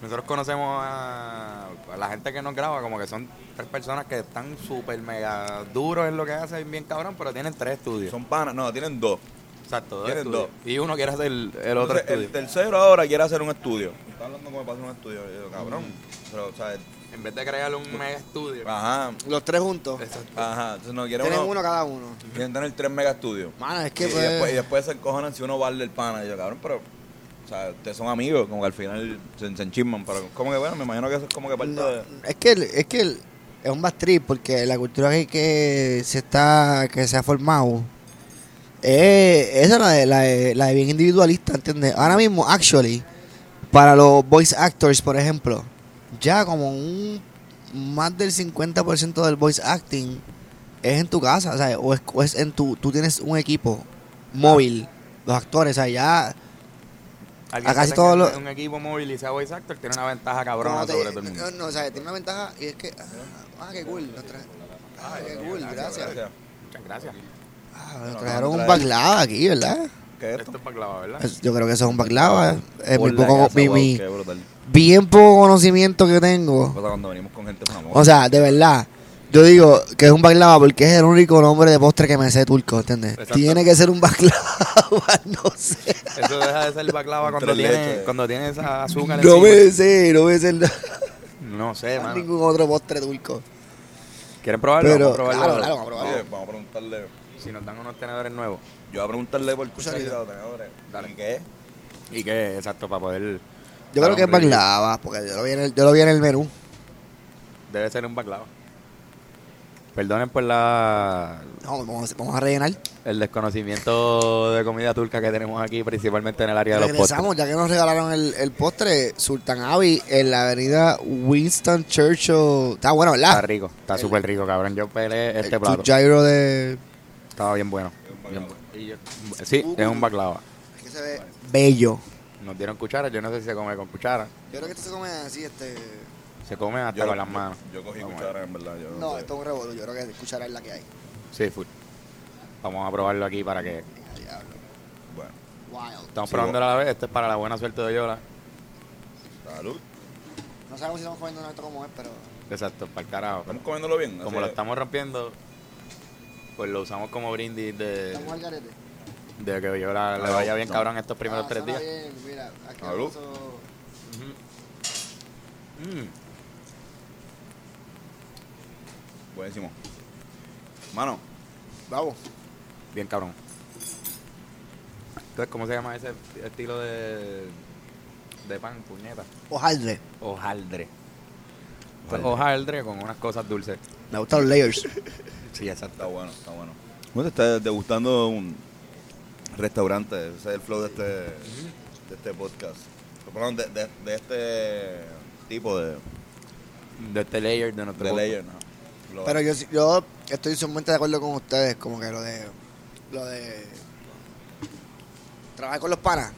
Speaker 1: Nosotros conocemos a, a la gente que nos graba, como que son tres personas que están súper mega duros en lo que hacen, bien cabrón, pero tienen tres estudios.
Speaker 3: Son panas, no, tienen dos.
Speaker 1: Exacto, dos
Speaker 3: tienen
Speaker 1: estudios. Y uno quiere hacer el, el otro
Speaker 3: Entonces, el
Speaker 1: estudio.
Speaker 3: tercero ahora quiere hacer un estudio. Está hablando como pasa un estudio, yo digo, cabrón. Pero, o sea,
Speaker 1: En vez de crear un mega estudio.
Speaker 3: ajá,
Speaker 2: Los tres juntos.
Speaker 1: Exacto.
Speaker 3: ajá. Entonces no quiere
Speaker 2: Tienen
Speaker 3: uno,
Speaker 2: uno cada uno.
Speaker 3: quieren tener tres mega estudios.
Speaker 2: Mano, es
Speaker 3: Y,
Speaker 2: que
Speaker 3: y
Speaker 2: pues,
Speaker 3: después, y después se encojonan si uno va el pana. Y yo, cabrón, pero. O sea, ustedes son amigos, como que al final se, se enchisman. Pero, como que bueno, me imagino que eso es como que parte
Speaker 2: no,
Speaker 3: de.
Speaker 2: es que el- es que el- es un bastriz porque la cultura que, que se está que se ha formado eh, esa es la de, la, de- la de bien individualista, ¿entiendes? Ahora mismo, actually, para los voice actors, por ejemplo, ya como un más del 50% del voice acting es en tu casa, o sea, o es, o es en tu, tú tienes un equipo
Speaker 3: Ah.
Speaker 2: móvil, los actores, o sea, ya
Speaker 1: Alguien
Speaker 2: a casi
Speaker 1: que
Speaker 2: todos
Speaker 1: tenga
Speaker 2: los-
Speaker 1: Un equipo móvil y sea voice actor tiene una ventaja cabrona
Speaker 2: No, te- eh,
Speaker 1: sobre todo el mundo.
Speaker 2: No, no, o sea, tiene una ventaja y es que. Ah, ah, qué cool. nos tra- ah, qué cool, gracias.
Speaker 1: Muchas gracias.
Speaker 2: Ah, nos trajeron un baklava aquí, ¿verdad?
Speaker 3: ¿Qué es esto?
Speaker 1: Esto es clava, ¿verdad?
Speaker 2: Es- Yo creo que eso es un baklava. Es muy
Speaker 3: Por la
Speaker 2: poco,
Speaker 3: casa,
Speaker 2: mi-
Speaker 3: wow,
Speaker 2: mi-
Speaker 3: Qué brutal.
Speaker 2: bien poco conocimiento que tengo.
Speaker 3: Pasa cuando venimos con gente famosa.
Speaker 2: O sea, de verdad. Yo digo que es un baklava porque es el único nombre de postre que me sé turco, ¿entiendes?
Speaker 1: Exacto.
Speaker 2: Tiene que ser un baklava, [laughs] no sé.
Speaker 1: Eso deja de ser baklava
Speaker 3: Con
Speaker 1: cuando
Speaker 3: tres
Speaker 1: tiene,
Speaker 3: leches.
Speaker 1: cuando tiene esa azúcar
Speaker 2: No
Speaker 1: encima.
Speaker 2: me sé, no me sé nada.
Speaker 1: No sé, mano.
Speaker 2: ningún otro postre turco.
Speaker 1: ¿Quieren probarlo?
Speaker 2: Pero,
Speaker 1: Vamos a probarlo.
Speaker 2: claro, claro, vamos a probarlo.
Speaker 3: Oye, vamos a preguntarle.
Speaker 1: Si nos dan unos tenedores nuevos.
Speaker 3: Yo voy a preguntarle por tu
Speaker 2: Escucha,
Speaker 3: salida de tenedores.
Speaker 1: Dale.
Speaker 3: ¿Y qué?
Speaker 1: ¿Y qué? Exacto, para poder...
Speaker 2: Yo creo que es
Speaker 1: Hombre,
Speaker 2: baklava, porque yo lo vi en el, yo lo vi en el menú.
Speaker 1: Debe ser un baklava. Perdonen por la,
Speaker 2: No, vamos, vamos a rellenar.
Speaker 1: el desconocimiento de comida turca que tenemos aquí, principalmente en el área de los postres.
Speaker 2: Regresamos, ya que nos regalaron el, el postre, Sultan Abbey en la avenida Winston Churchill. Está bueno,
Speaker 1: Está
Speaker 2: ¿verdad?
Speaker 1: rico, está
Speaker 2: Ah. El-
Speaker 1: súper rico, cabrón. Yo peleé este
Speaker 2: El-
Speaker 1: plato.
Speaker 2: Tu gyro de...
Speaker 1: Estaba bien bueno. Bien bueno. Y yo- Sí, es un baklava.
Speaker 2: es que se ve bello.
Speaker 1: Nos dieron cucharas, yo no sé si se come con cuchara.
Speaker 2: Yo creo que esto se come así, este...
Speaker 1: Se come hasta
Speaker 3: Yo-
Speaker 1: con las manos.
Speaker 3: Yo cogí
Speaker 1: Vamos a ver.
Speaker 3: cuchara, en verdad. Yo no,
Speaker 2: No,
Speaker 3: sé.
Speaker 2: esto es un revolú, yo creo que escuchará es la que hay.
Speaker 1: Sí, full. Vamos a probarlo aquí para que...
Speaker 2: Diablo.
Speaker 3: Bueno,
Speaker 2: Wild.
Speaker 1: Estamos
Speaker 3: Sí,
Speaker 1: probándolo a la vez. Este es para la buena suerte de Yola.
Speaker 3: salud.
Speaker 2: No sabemos si estamos comiendo nuestro como es, pero...
Speaker 1: Eh, Exacto, para el carajo.
Speaker 3: Estamos comiéndolo bien.
Speaker 1: Como lo estamos rompiendo, pues lo usamos como brindis de,
Speaker 2: Estamos al garete.
Speaker 1: de que yo la, le
Speaker 3: No,
Speaker 1: vaya bien
Speaker 3: no.
Speaker 1: cabrón estos primeros
Speaker 2: Ah,
Speaker 1: tres
Speaker 2: suena
Speaker 1: días.
Speaker 2: bien, mira, aquí
Speaker 3: Salud.
Speaker 2: vamos a-
Speaker 1: Ujú. Mm.
Speaker 3: Buenísimo. Mano,
Speaker 2: Vamos.
Speaker 1: Bien cabrón. Entonces, ¿cómo se llama ese estilo de, de pan, puñeta?
Speaker 2: Hojaldre.
Speaker 1: Hojaldre. Esto es Hojaldre con unas cosas dulces.
Speaker 2: Me gustan los layers.
Speaker 1: Sí, exacto.
Speaker 3: está bueno, está bueno. Bueno, está degustando un restaurante. Ese es el flow de este, de este podcast. Perdón, de, de, de este tipo de,
Speaker 1: De este layer de nuestro
Speaker 3: de
Speaker 1: podcast.
Speaker 3: layer, ¿no? Lo-
Speaker 2: Pero yo, sí- yo estoy sumamente de acuerdo con ustedes, como que lo de. Lo de. Trabajar con los panas.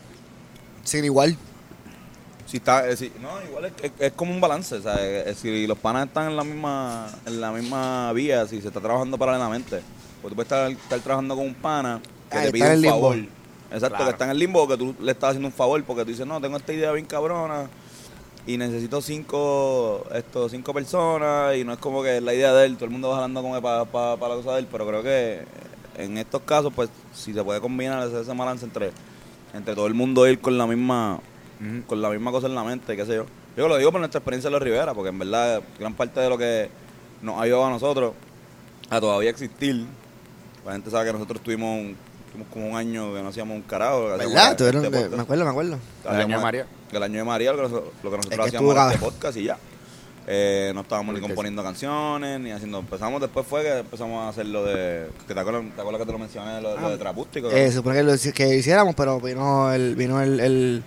Speaker 2: Sin igual.
Speaker 3: Si está, eh, si- no, igual es, es- es como un balance, o sea, eh, eh, si los panas están en la misma en la misma vía, si se está trabajando paralelamente, pues tú puedes estar, estar trabajando con un pana que
Speaker 2: Ah,
Speaker 3: te
Speaker 2: está
Speaker 3: pide
Speaker 2: en
Speaker 3: un
Speaker 2: el limbo.
Speaker 3: favor. Exacto,
Speaker 1: Claro.
Speaker 3: que está en el limbo, que tú le estás haciendo un favor porque tú dices, no, tengo esta idea bien cabrona y necesito cinco esto, cinco personas y no es como que es la idea de él, todo el mundo va jalando como para la cosa de él, pero creo que en estos casos, pues si se puede combinar ese, ese balance entre, entre todo el mundo ir con la misma
Speaker 1: Ujú.
Speaker 3: con la misma cosa en la mente, qué sé yo. Yo lo digo por nuestra experiencia en los Rivera, porque en verdad gran parte de lo que nos ha ayudado a nosotros a todavía existir, la gente sabe que nosotros tuvimos, un- tuvimos como un año que no hacíamos un carajo. que hacíamos
Speaker 2: ¿Verdad?
Speaker 3: este
Speaker 2: Tuvieron que-
Speaker 3: podcast.
Speaker 2: me acuerdo, me acuerdo.
Speaker 1: El año de María.
Speaker 3: El año de María, lo que nosotros, lo que nosotros
Speaker 2: que
Speaker 3: hacíamos
Speaker 2: estuvo
Speaker 3: era este
Speaker 2: cabrón.
Speaker 3: podcast y ya. Eh, no estábamos ni
Speaker 1: Porque sí.
Speaker 3: componiendo canciones, ni haciendo. Empezamos, después fue que empezamos a hacer lo de. que ¿Te acuerdas, te acuerdas que te lo mencioné? Lo, lo de Trapústico.
Speaker 2: Eh, se supone que lo hici- que hiciéramos, pero vino el, vino el, el,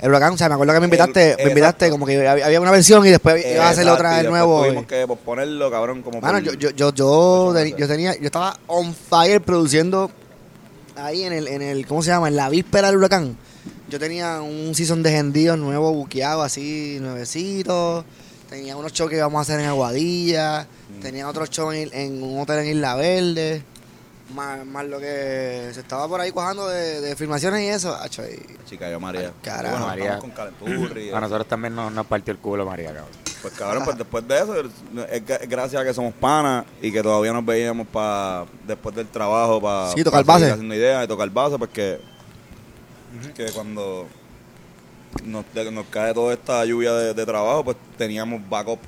Speaker 2: el huracán. O sea, me acuerdo que me invitaste,
Speaker 3: El-
Speaker 2: me invitaste
Speaker 3: exacto.
Speaker 2: como que había había una versión y después
Speaker 3: Eh,
Speaker 2: ibas a hacer
Speaker 3: exacto, y
Speaker 2: otra de
Speaker 3: después
Speaker 2: nuevo.
Speaker 3: Tuvimos que posponerlo, cabrón, como
Speaker 2: Mano,
Speaker 3: por-
Speaker 2: yo, yo, yo, yo,
Speaker 3: Ocho
Speaker 2: teni-
Speaker 3: meses.
Speaker 2: yo tenía, yo estaba on fire produciendo ahí en el, en el, ¿cómo se llama? En la víspera del huracán. Yo tenía un season de gendidos nuevo buqueado así, nuevecito. Tenía unos shows que íbamos a hacer en Aguadilla.
Speaker 1: Mm.
Speaker 2: Tenía otros shows en, en un hotel en Isla Verde. Más, más lo que se estaba por ahí cuajando de, de filmaciones y eso. Acho, y-
Speaker 3: Chica, yo María.
Speaker 2: Ay, carajo,
Speaker 3: bueno,
Speaker 1: María.
Speaker 3: estamos con
Speaker 2: [clears throat]
Speaker 3: Calenturri.
Speaker 1: A nosotros también nos, nos partió el culo María, cabrón.
Speaker 3: Pues cabrón, pues después de eso, es, gra- es gracias a que somos panas y que todavía nos veíamos para después del trabajo para
Speaker 2: Sí, tocar base.
Speaker 3: haciendo ideas y tocar base, porque que cuando nos, de- nos cae toda esta lluvia de, de trabajo, pues teníamos backup,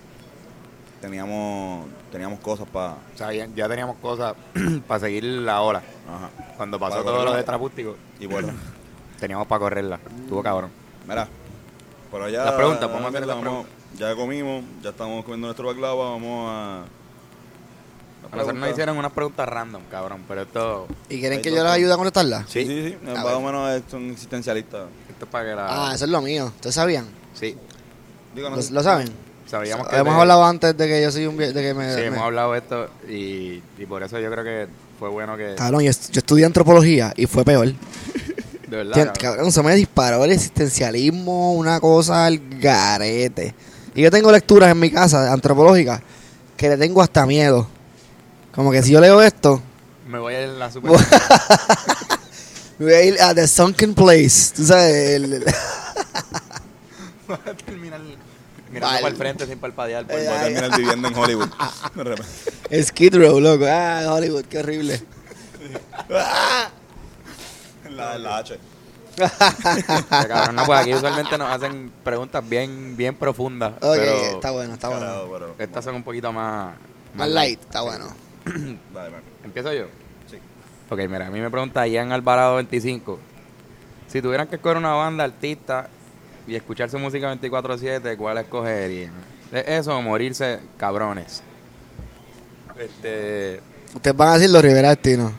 Speaker 3: teníamos, teníamos cosas para
Speaker 1: O sea, ya, ya teníamos cosas [clears throat] para seguir la ola.
Speaker 3: ajá.
Speaker 1: Cuando pasó
Speaker 3: Para
Speaker 1: todo
Speaker 3: correrla.
Speaker 1: lo de Trapústico,
Speaker 3: Y bueno,
Speaker 1: teníamos para correrla. Estuvo cabrón.
Speaker 3: mira, pero ya
Speaker 1: Las preguntas, vamos a hacer las
Speaker 3: vamos- Ya comimos, ya estamos comiendo nuestro baklava, vamos a las
Speaker 1: A nosotros nos
Speaker 3: preguntas.
Speaker 1: hicieron unas preguntas random, cabrón, pero esto,
Speaker 2: ¿Y quieren
Speaker 3: Ahí
Speaker 2: que
Speaker 3: no
Speaker 2: yo les
Speaker 3: está.
Speaker 2: ayude a contestarla?
Speaker 3: Sí, sí, sí.
Speaker 2: A
Speaker 3: Más
Speaker 2: ver.
Speaker 3: o menos es un existencialista.
Speaker 1: esto es para que la...
Speaker 2: Ah, eso es lo mío. ¿Ustedes sabían?
Speaker 1: Sí,
Speaker 3: Digo, no
Speaker 2: ¿Lo,
Speaker 3: sé.
Speaker 2: lo saben?
Speaker 1: sabíamos que...
Speaker 2: Hemos
Speaker 1: te-
Speaker 2: hablado antes de que yo soy un vie- de que me,
Speaker 1: Sí,
Speaker 2: me-
Speaker 1: hemos hablado de esto y, y por eso yo creo que fue bueno que...
Speaker 2: Cabrón, yo, est- yo estudié antropología y fue peor.
Speaker 1: De verdad,
Speaker 2: Tien-
Speaker 1: cabrón.
Speaker 2: Cabrón, se me disparó el existencialismo, una cosa al garete. Y yo tengo lecturas en mi casa antropológicas que le tengo hasta miedo. Como que si yo leo esto, [laughs]
Speaker 1: Me voy a ir a la super...
Speaker 2: voy voy a ir a The [laughs] Sunken Place. Tú sabes, el- el-
Speaker 1: Voy a terminar [laughs] Mirando
Speaker 2: Pal-
Speaker 1: para el frente sin parpadear. por
Speaker 2: Eh,
Speaker 1: el
Speaker 3: Voy a
Speaker 1: botón.
Speaker 3: terminar viviendo en
Speaker 2: [laughs]
Speaker 3: Hollywood.
Speaker 2: Ah.
Speaker 3: [laughs] De repente.
Speaker 2: Skid Row, loco. Ah, Hollywood, qué horrible.
Speaker 3: la, la H.
Speaker 1: Pero, cabrón, no, pues aquí usualmente nos hacen preguntas bien, bien profundas.
Speaker 2: Ok,
Speaker 1: pero
Speaker 2: está bueno, está bueno.
Speaker 3: Carajo, pero-
Speaker 1: Estas son un poquito más.
Speaker 2: Más light, está bueno.
Speaker 3: Dale, man.
Speaker 1: ¿Empiezo yo?
Speaker 3: Sí.
Speaker 1: Ok, mira, a mí me pregunta Ian Alvarado 25. Si tuvieran que escoger una banda artista y escuchar su música 24-7, ¿cuál escogerían? ¿Es eso o morirse cabrones? Este.
Speaker 2: Ustedes van a decir los Rivera Destino.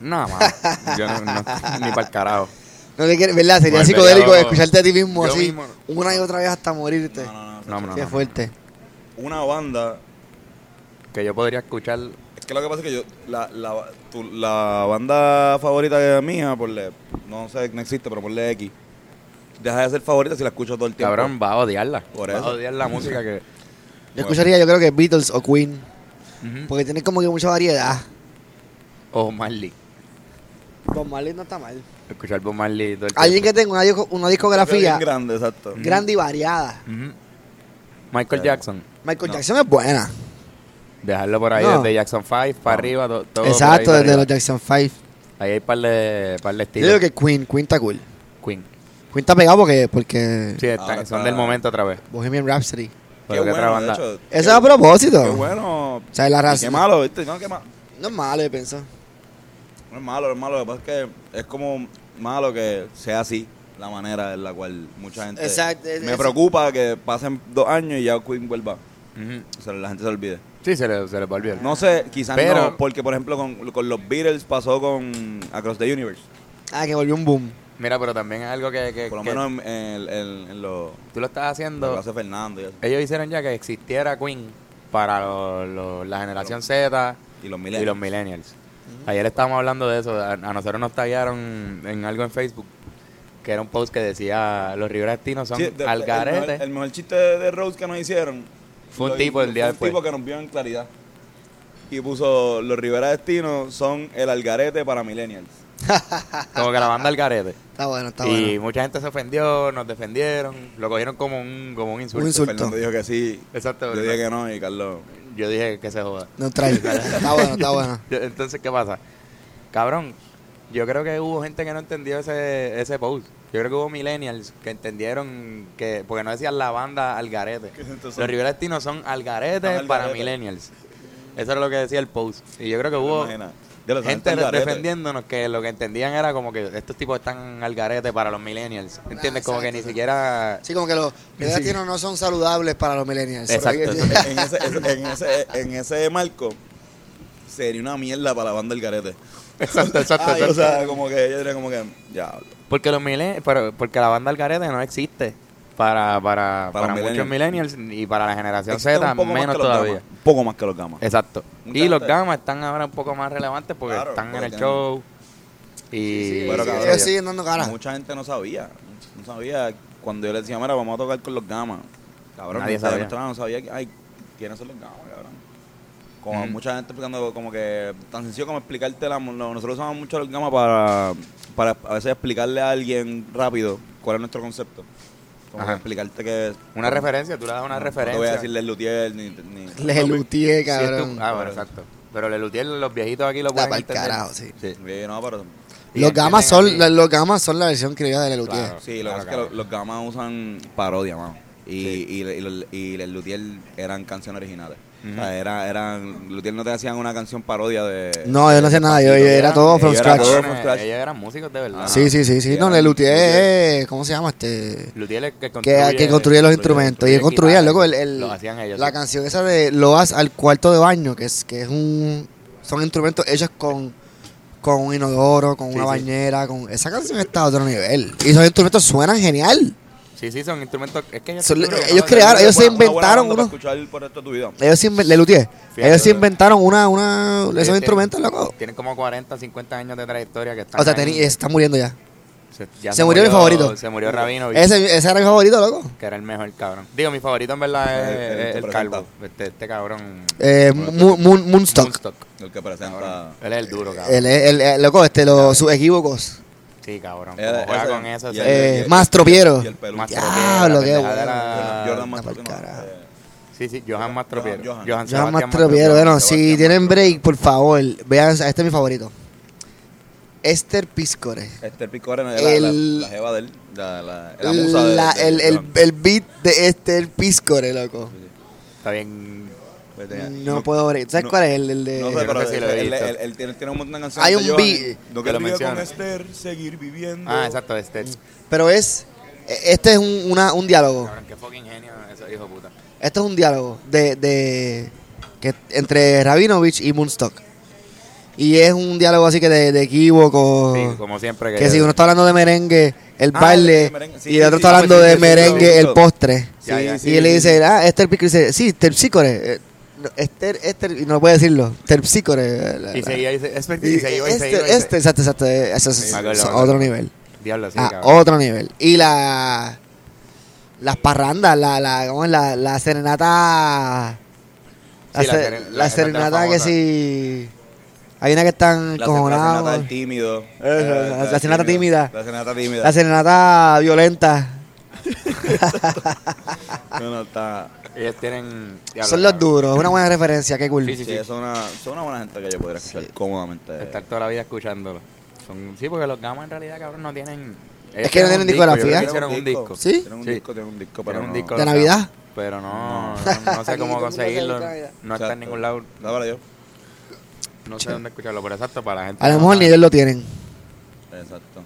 Speaker 1: Nada más. Yo no, no- [laughs] ni para el carajo.
Speaker 2: No te quieres, ¿verdad? Sería
Speaker 1: Volvería
Speaker 2: psicodélico
Speaker 1: loco.
Speaker 2: escucharte a ti mismo
Speaker 1: Yo
Speaker 2: así,
Speaker 1: mismo.
Speaker 2: una y otra vez hasta morirte.
Speaker 3: No, no, no.
Speaker 1: No, no,
Speaker 2: Qué
Speaker 1: no.
Speaker 2: fuerte.
Speaker 3: Una banda.
Speaker 1: Que yo podría escuchar.
Speaker 3: Es que lo que pasa es que yo. La, la, tu- la banda favorita de mía, ponle. No sé, no existe, pero ponle X. Deja de ser favorita si la escucho todo el tiempo.
Speaker 1: Cabrón, va a odiarla.
Speaker 3: Por
Speaker 1: Va
Speaker 3: eso.
Speaker 1: a odiar la música que.
Speaker 2: Yo escucharía, yo creo que Beatles o Queen,
Speaker 3: Mm.
Speaker 1: Ujú.
Speaker 2: porque tienen como que mucha variedad.
Speaker 1: O Marley.
Speaker 2: Bob Marley no está mal.
Speaker 1: Escuchar Bob Marley todo el
Speaker 2: Alguien que
Speaker 1: tiempo.
Speaker 2: tenga una, disco- una discografía Mm.
Speaker 3: Bien grande, exacto.
Speaker 2: grande y variada.
Speaker 1: Ujú. Michael
Speaker 3: Eh.
Speaker 1: Jackson.
Speaker 2: Michael
Speaker 3: No.
Speaker 2: Jackson es buena.
Speaker 1: Dejarlo por ahí
Speaker 2: No.
Speaker 1: desde Jackson 5 para arriba. to- todo por ahí
Speaker 2: Exacto,
Speaker 1: para
Speaker 2: desde
Speaker 1: arriba.
Speaker 2: los Jackson 5.
Speaker 1: Ahí hay par de, par de
Speaker 2: Yo
Speaker 1: estilos.
Speaker 2: digo que Queen, Queen está cool.
Speaker 1: Queen.
Speaker 2: Queen está pegado porque, porque
Speaker 1: Sí, están-
Speaker 3: Ahora
Speaker 1: son
Speaker 3: está-
Speaker 1: del momento otra vez.
Speaker 2: Bohemian Rhapsody.
Speaker 3: Qué
Speaker 1: Pero que otra
Speaker 3: bueno, de
Speaker 1: banda.
Speaker 3: hecho.
Speaker 2: Eso
Speaker 3: qué-
Speaker 2: es a propósito.
Speaker 3: Qué bueno.
Speaker 2: O sea, la
Speaker 3: Y
Speaker 2: raza.
Speaker 3: Qué malo, ¿viste? No, qué malo.
Speaker 2: No es malo, yo pienso.
Speaker 3: No es malo, no es malo. Lo que pasa es que es como malo que sea así la manera en la cual mucha gente.
Speaker 2: Exacto, es-
Speaker 3: Me
Speaker 2: es-
Speaker 3: preocupa que pasen dos años y ya Queen vuelva.
Speaker 1: Ujú.
Speaker 3: O sea, la gente se olvide.
Speaker 1: Sí, se le, se le va a olvidar.
Speaker 3: No sé, quizás
Speaker 1: Pero-
Speaker 3: no, porque por ejemplo con, con los Beatles pasó con Across the Universe.
Speaker 2: Ah, que volvió un boom.
Speaker 1: Mira, pero también es algo que, que-
Speaker 3: Por lo
Speaker 1: que
Speaker 3: menos en, en- en- en lo
Speaker 1: tú lo estás
Speaker 3: lo que
Speaker 1: haciendo.
Speaker 3: hace Fernando y, eso.
Speaker 1: Ellos hicieron ya que existiera Queen para lo- lo- la generación Z y
Speaker 3: Y los
Speaker 1: los
Speaker 3: millennials.
Speaker 1: millennials. Ayer estábamos hablando de eso. A, a nosotros nos tallaron en algo en Facebook que era un post que decía los riveratinos son
Speaker 3: Sí, de-
Speaker 1: al
Speaker 3: el
Speaker 1: garete".
Speaker 3: mejor- El, mejor chiste de, de Rose que nos hicieron
Speaker 1: Fue un
Speaker 3: lo-
Speaker 1: tipo el día
Speaker 3: fue
Speaker 1: después.
Speaker 3: Un tipo que nos vio en claridad. Y puso los Rivera Destino son el algarete para millennials.
Speaker 1: Como que la banda al garete.
Speaker 2: Está bueno, [laughs] está
Speaker 1: y
Speaker 2: bueno.
Speaker 1: mucha gente se ofendió, nos defendieron, lo cogieron como un, como un insulto.
Speaker 2: Un insulto.
Speaker 3: Fernando dijo que sí.
Speaker 1: Exacto.
Speaker 3: Yo dije que no y Carlos.
Speaker 1: Yo dije que se joda.
Speaker 3: [laughs]
Speaker 2: Neutral. está bueno, Ah,
Speaker 1: [laughs]
Speaker 2: está bueno.
Speaker 1: Yo- Entonces, ¿qué pasa? Cabrón, yo creo que hubo gente que no entendió ese, ese post. Yo creo que hubo millennials que entendieron que, porque no decían la banda al garete.
Speaker 3: Entonces,
Speaker 1: Los riverestinos son al garete
Speaker 3: Al
Speaker 1: para
Speaker 3: garete.
Speaker 1: millennials. Eso era lo que decía el post. Y yo creo que hubo
Speaker 3: imagina. Ya lo saben,
Speaker 1: gente
Speaker 3: está al garete.
Speaker 1: defendiéndonos que lo que entendían era como que estos tipos están al garete para los millennials. ¿Entiendes?
Speaker 2: Ah,
Speaker 1: como que
Speaker 2: exacto,
Speaker 1: ni
Speaker 2: exacto.
Speaker 1: siquiera...
Speaker 2: Sí, como que los
Speaker 1: Sí.
Speaker 2: latinos no son saludables para los millennials.
Speaker 1: Exacto.
Speaker 3: en, ese, en, ese, en ese marco sería una mierda para la banda del garete.
Speaker 1: [laughs] Exacto, exacto,
Speaker 3: Ay, o
Speaker 1: exacto.
Speaker 3: sea, como que yo diría como que ya.
Speaker 1: Porque los millennials, pero porque la banda al garete no existe para, para,
Speaker 3: Para
Speaker 1: para, muchos
Speaker 3: millennials.
Speaker 1: millennials y para la generación
Speaker 3: Existe
Speaker 1: Z
Speaker 3: un poco más
Speaker 1: menos
Speaker 3: que los
Speaker 1: todavía.
Speaker 3: gamas, un poco más que los gamas.
Speaker 1: Exacto.
Speaker 3: Mucha
Speaker 1: y los
Speaker 3: gente-
Speaker 1: gamas están ahora un poco más relevantes porque
Speaker 3: Claro,
Speaker 1: están en
Speaker 3: porque
Speaker 1: el
Speaker 3: tienen-
Speaker 1: show. Y
Speaker 2: Sí,
Speaker 3: Bueno,
Speaker 2: sí,
Speaker 3: cabrón,
Speaker 2: ellos
Speaker 3: ya.
Speaker 2: siguen dando cara.
Speaker 3: Mucha gente no sabía. No sabía. Cuando yo le decía, mira, vamos a tocar con los gamas. Cabrón,
Speaker 1: Nadie
Speaker 3: no sabía.
Speaker 1: sabía.
Speaker 3: No sabía que- ay, quiénes son los gamas, cabrón. Como
Speaker 1: Ujú.
Speaker 3: mucha gente explicando, como que tan sencillo como explicarte la. lo- Nosotros usamos mucho los gamas para, para a veces explicarle a alguien rápido cuál es nuestro concepto. Como que
Speaker 1: Ajá.
Speaker 3: explicarte que.
Speaker 1: una referencia, tú le das una referencia.
Speaker 3: No te voy a decir Les Luthier ni. ni
Speaker 2: Le lutié,
Speaker 1: Si es tu-
Speaker 2: cabrón.
Speaker 1: ah, bueno, exacto. Pero le Luthier, los viejitos aquí lo
Speaker 2: Está
Speaker 1: pueden
Speaker 2: pa'l
Speaker 1: entender.
Speaker 2: carajo, sí.
Speaker 1: Sí.
Speaker 3: Sí, no, pero-
Speaker 1: Y
Speaker 2: Los
Speaker 1: entienden
Speaker 2: gamas
Speaker 1: así.
Speaker 2: son, la- los gamas son la versión criolla de la lutié.
Speaker 1: Claro. Ah,
Speaker 3: Sí, lo que
Speaker 1: Claro,
Speaker 3: pasa es que lo-
Speaker 1: cabrón.
Speaker 3: los gamas usan parodia, mano. Y, y, le- y, los- y les Luthier eran canciones originales. O sea, era, eran, Luthier no te hacían una canción parodia de.
Speaker 2: No, ellos no hacían nada, ellos-
Speaker 3: Ellos
Speaker 2: ellos era
Speaker 1: eran-
Speaker 2: todo
Speaker 1: ellos
Speaker 2: from
Speaker 1: eran
Speaker 2: scratch.
Speaker 3: todo-
Speaker 1: cabrones,
Speaker 3: from scratch.
Speaker 1: Ellos eran músicos de verdad.
Speaker 2: Sí, sí, sí, sí.
Speaker 3: Que
Speaker 2: No,
Speaker 3: eran
Speaker 2: le lutié
Speaker 3: luthier.
Speaker 2: es, ¿cómo se llama este?
Speaker 1: Luthier es que
Speaker 2: Que,
Speaker 1: construye,
Speaker 2: que construye los instrumentos. Y él construía,
Speaker 1: guitarras.
Speaker 2: luego el, el-
Speaker 1: Los hacían ellos.
Speaker 2: la
Speaker 1: sí.
Speaker 2: canción esa de Loas al cuarto de baño, que es, que es un, son instrumentos hechos con, con un inodoro, con una
Speaker 1: sí.
Speaker 2: bañera, con. Esa canción está a otro nivel. Y esos instrumentos suenan genial.
Speaker 1: Sí, sí, son instrumentos. Es que ellos,
Speaker 2: Son-
Speaker 1: te juro que
Speaker 2: ellos
Speaker 1: no-
Speaker 2: crearon- ellos se
Speaker 3: Una buena
Speaker 2: inventaron
Speaker 3: banda para
Speaker 2: uno.
Speaker 3: escuchar por el resto de tu vida.
Speaker 2: Ellos se, inven- le luthier.
Speaker 1: Fíjate,
Speaker 2: Ellos se
Speaker 1: bro.
Speaker 2: inventaron una, una,
Speaker 1: ellos
Speaker 2: esos
Speaker 1: tienen-
Speaker 2: instrumentos, loco. Ah,
Speaker 1: Tienen como 40, 50 años de trayectoria que están.
Speaker 2: O sea,
Speaker 1: ahí.
Speaker 2: teni- está muriendo ya.
Speaker 1: se, ya
Speaker 2: se murió mi favorito.
Speaker 1: Se murió Rabino,
Speaker 2: Ese, ese era mi favorito, loco.
Speaker 1: que era el mejor cabrón. Digo, mi favorito en verdad es,
Speaker 3: El- el
Speaker 1: es
Speaker 3: que
Speaker 1: el
Speaker 3: presenta.
Speaker 1: calvo. Este, este cabrón.
Speaker 2: Eh, Moon- Moon- Moonstock.
Speaker 1: Moonstock.
Speaker 3: El que presenta.
Speaker 2: eh,
Speaker 1: Cabrón. Él es el duro, cabrón.
Speaker 2: El, el- el- loco, este, los, sus equívocos.
Speaker 1: Sí, cabrón.
Speaker 3: Eh,
Speaker 1: Como juega
Speaker 3: ese-
Speaker 1: con eso. ese-
Speaker 3: y el-
Speaker 2: Eh,
Speaker 3: y el-
Speaker 2: más tropiero.
Speaker 3: Y el pelú.
Speaker 1: Más
Speaker 3: Jordan-
Speaker 2: Diablo, qué
Speaker 1: pendejada
Speaker 2: bueno.
Speaker 1: de la-
Speaker 3: Jordan más
Speaker 2: Anda pa'l
Speaker 3: no,
Speaker 2: carajo.
Speaker 3: eh,
Speaker 1: Sí, sí, Johan Mastropiero.
Speaker 3: Johan- Johan.
Speaker 2: Ya
Speaker 1: Sebastián
Speaker 2: más tropiero. Bueno, si
Speaker 3: Sebastián
Speaker 2: tienen
Speaker 3: Mastropiero.
Speaker 2: break, por favor, vean, este es mi favorito. Esther Piscore.
Speaker 3: Esther Picore, la,
Speaker 2: El-
Speaker 3: la, la jeva de él, la, la, la musa de- este
Speaker 2: La-
Speaker 3: de-
Speaker 2: El
Speaker 3: de
Speaker 2: el-
Speaker 3: Jordan.
Speaker 2: el beat de Esther Piscore, loco.
Speaker 1: Está bien.
Speaker 3: Pues tenía-
Speaker 2: No puedo break. ¿Sabes
Speaker 3: no-
Speaker 2: cuál es? El, el de...
Speaker 3: No
Speaker 1: Yo
Speaker 3: sé,
Speaker 1: no
Speaker 3: pero
Speaker 1: sé si
Speaker 3: él,
Speaker 1: lo he
Speaker 3: él-
Speaker 1: visto.
Speaker 3: él- él tiene, tiene un montón de canciones.
Speaker 2: Hay
Speaker 3: de
Speaker 2: un
Speaker 3: Johan.
Speaker 2: beat
Speaker 3: No
Speaker 1: que lo
Speaker 3: querría con
Speaker 1: menciona.
Speaker 3: Esther seguir viviendo.
Speaker 1: Ah, exacto, este.
Speaker 2: Pero es... Este es un, una- un diálogo.
Speaker 1: Cabrón, qué fucking genio ese hijo de puta.
Speaker 2: Esto es un diálogo de, de que entre Rabinovich y Moonstock. Y es un diálogo así que de, de equívoco.
Speaker 1: Sí, como siempre.
Speaker 2: Oh. que si uno está hablando de merengue, el
Speaker 3: Ah,
Speaker 2: baile,
Speaker 3: de merengue, sí,
Speaker 2: y el otro
Speaker 3: sí,
Speaker 2: está
Speaker 3: sí,
Speaker 2: hablando
Speaker 3: sí,
Speaker 2: de
Speaker 3: sí,
Speaker 2: merengue,
Speaker 3: sí, sí.
Speaker 2: el postre.
Speaker 1: Ya, ya,
Speaker 2: y
Speaker 1: sí,
Speaker 2: le
Speaker 1: sí,
Speaker 2: dice, ah, Esther Pico, dice, sí, Terpsícore. Eh, no, Esther, Esther, y no puede decirlo, Terpsícore. eh, la-
Speaker 1: Y
Speaker 2: la-
Speaker 1: seguía, y se- es
Speaker 2: y
Speaker 1: y se iba, y se
Speaker 2: este,
Speaker 1: iba, y se-
Speaker 2: este, Ah, exacto, exacto, eh, eso es-
Speaker 1: Sí,
Speaker 2: es
Speaker 1: me acuerdo, me
Speaker 2: otro
Speaker 1: acuerdo.
Speaker 2: nivel.
Speaker 1: Diablo, sí,
Speaker 2: A
Speaker 1: cabrón.
Speaker 2: otro nivel. Y la. Las parrandas, la, la, ¿cómo es? La, la serenata. La,
Speaker 1: Sí, la
Speaker 2: se-
Speaker 1: seren-
Speaker 2: la
Speaker 1: la- esa
Speaker 2: serenata
Speaker 1: tan
Speaker 2: que
Speaker 1: famosa.
Speaker 2: si. Hay una que están
Speaker 3: La senata
Speaker 2: encojonada.
Speaker 3: del tímido.
Speaker 2: la-
Speaker 3: Eh,
Speaker 2: la
Speaker 3: del
Speaker 2: senata
Speaker 3: tímido.
Speaker 2: tímida.
Speaker 3: La senata tímida.
Speaker 2: La serenata violenta.
Speaker 3: No, no, está.
Speaker 1: Ellos tienen. diablo,
Speaker 2: Son los
Speaker 1: cabrón.
Speaker 2: duros, es una buena referencia, qué cool.
Speaker 1: Sí, sí,
Speaker 3: Sí, son una, son una buena gente que yo podría escuchar cómodamente.
Speaker 1: Estar toda la vida escuchándolo. Son, sí, porque los gamas en realidad, cabrón, no tienen. ellos
Speaker 2: que no tienen
Speaker 1: un disco, yo creo que
Speaker 2: discografía.
Speaker 1: Hicieron un disco.
Speaker 2: ¿Sí?
Speaker 3: Tienen un
Speaker 1: Sí.
Speaker 3: disco, tienen un disco, pero
Speaker 1: Tienen un
Speaker 3: no-
Speaker 1: disco,
Speaker 2: ¿De
Speaker 1: o sea,
Speaker 2: Navidad?
Speaker 1: Pero no, no, no sé cómo
Speaker 2: [laughs] Aquí todo el mundo sabe
Speaker 1: conseguirlo.
Speaker 2: de Navidad.
Speaker 1: No está en ningún lado.
Speaker 3: No, pero yo.
Speaker 1: No sé dónde escucharlo, pero exacto para la gente.
Speaker 2: A lo
Speaker 1: que no
Speaker 2: mejor ni
Speaker 1: sabe.
Speaker 2: ellos lo tienen.
Speaker 3: Exacto.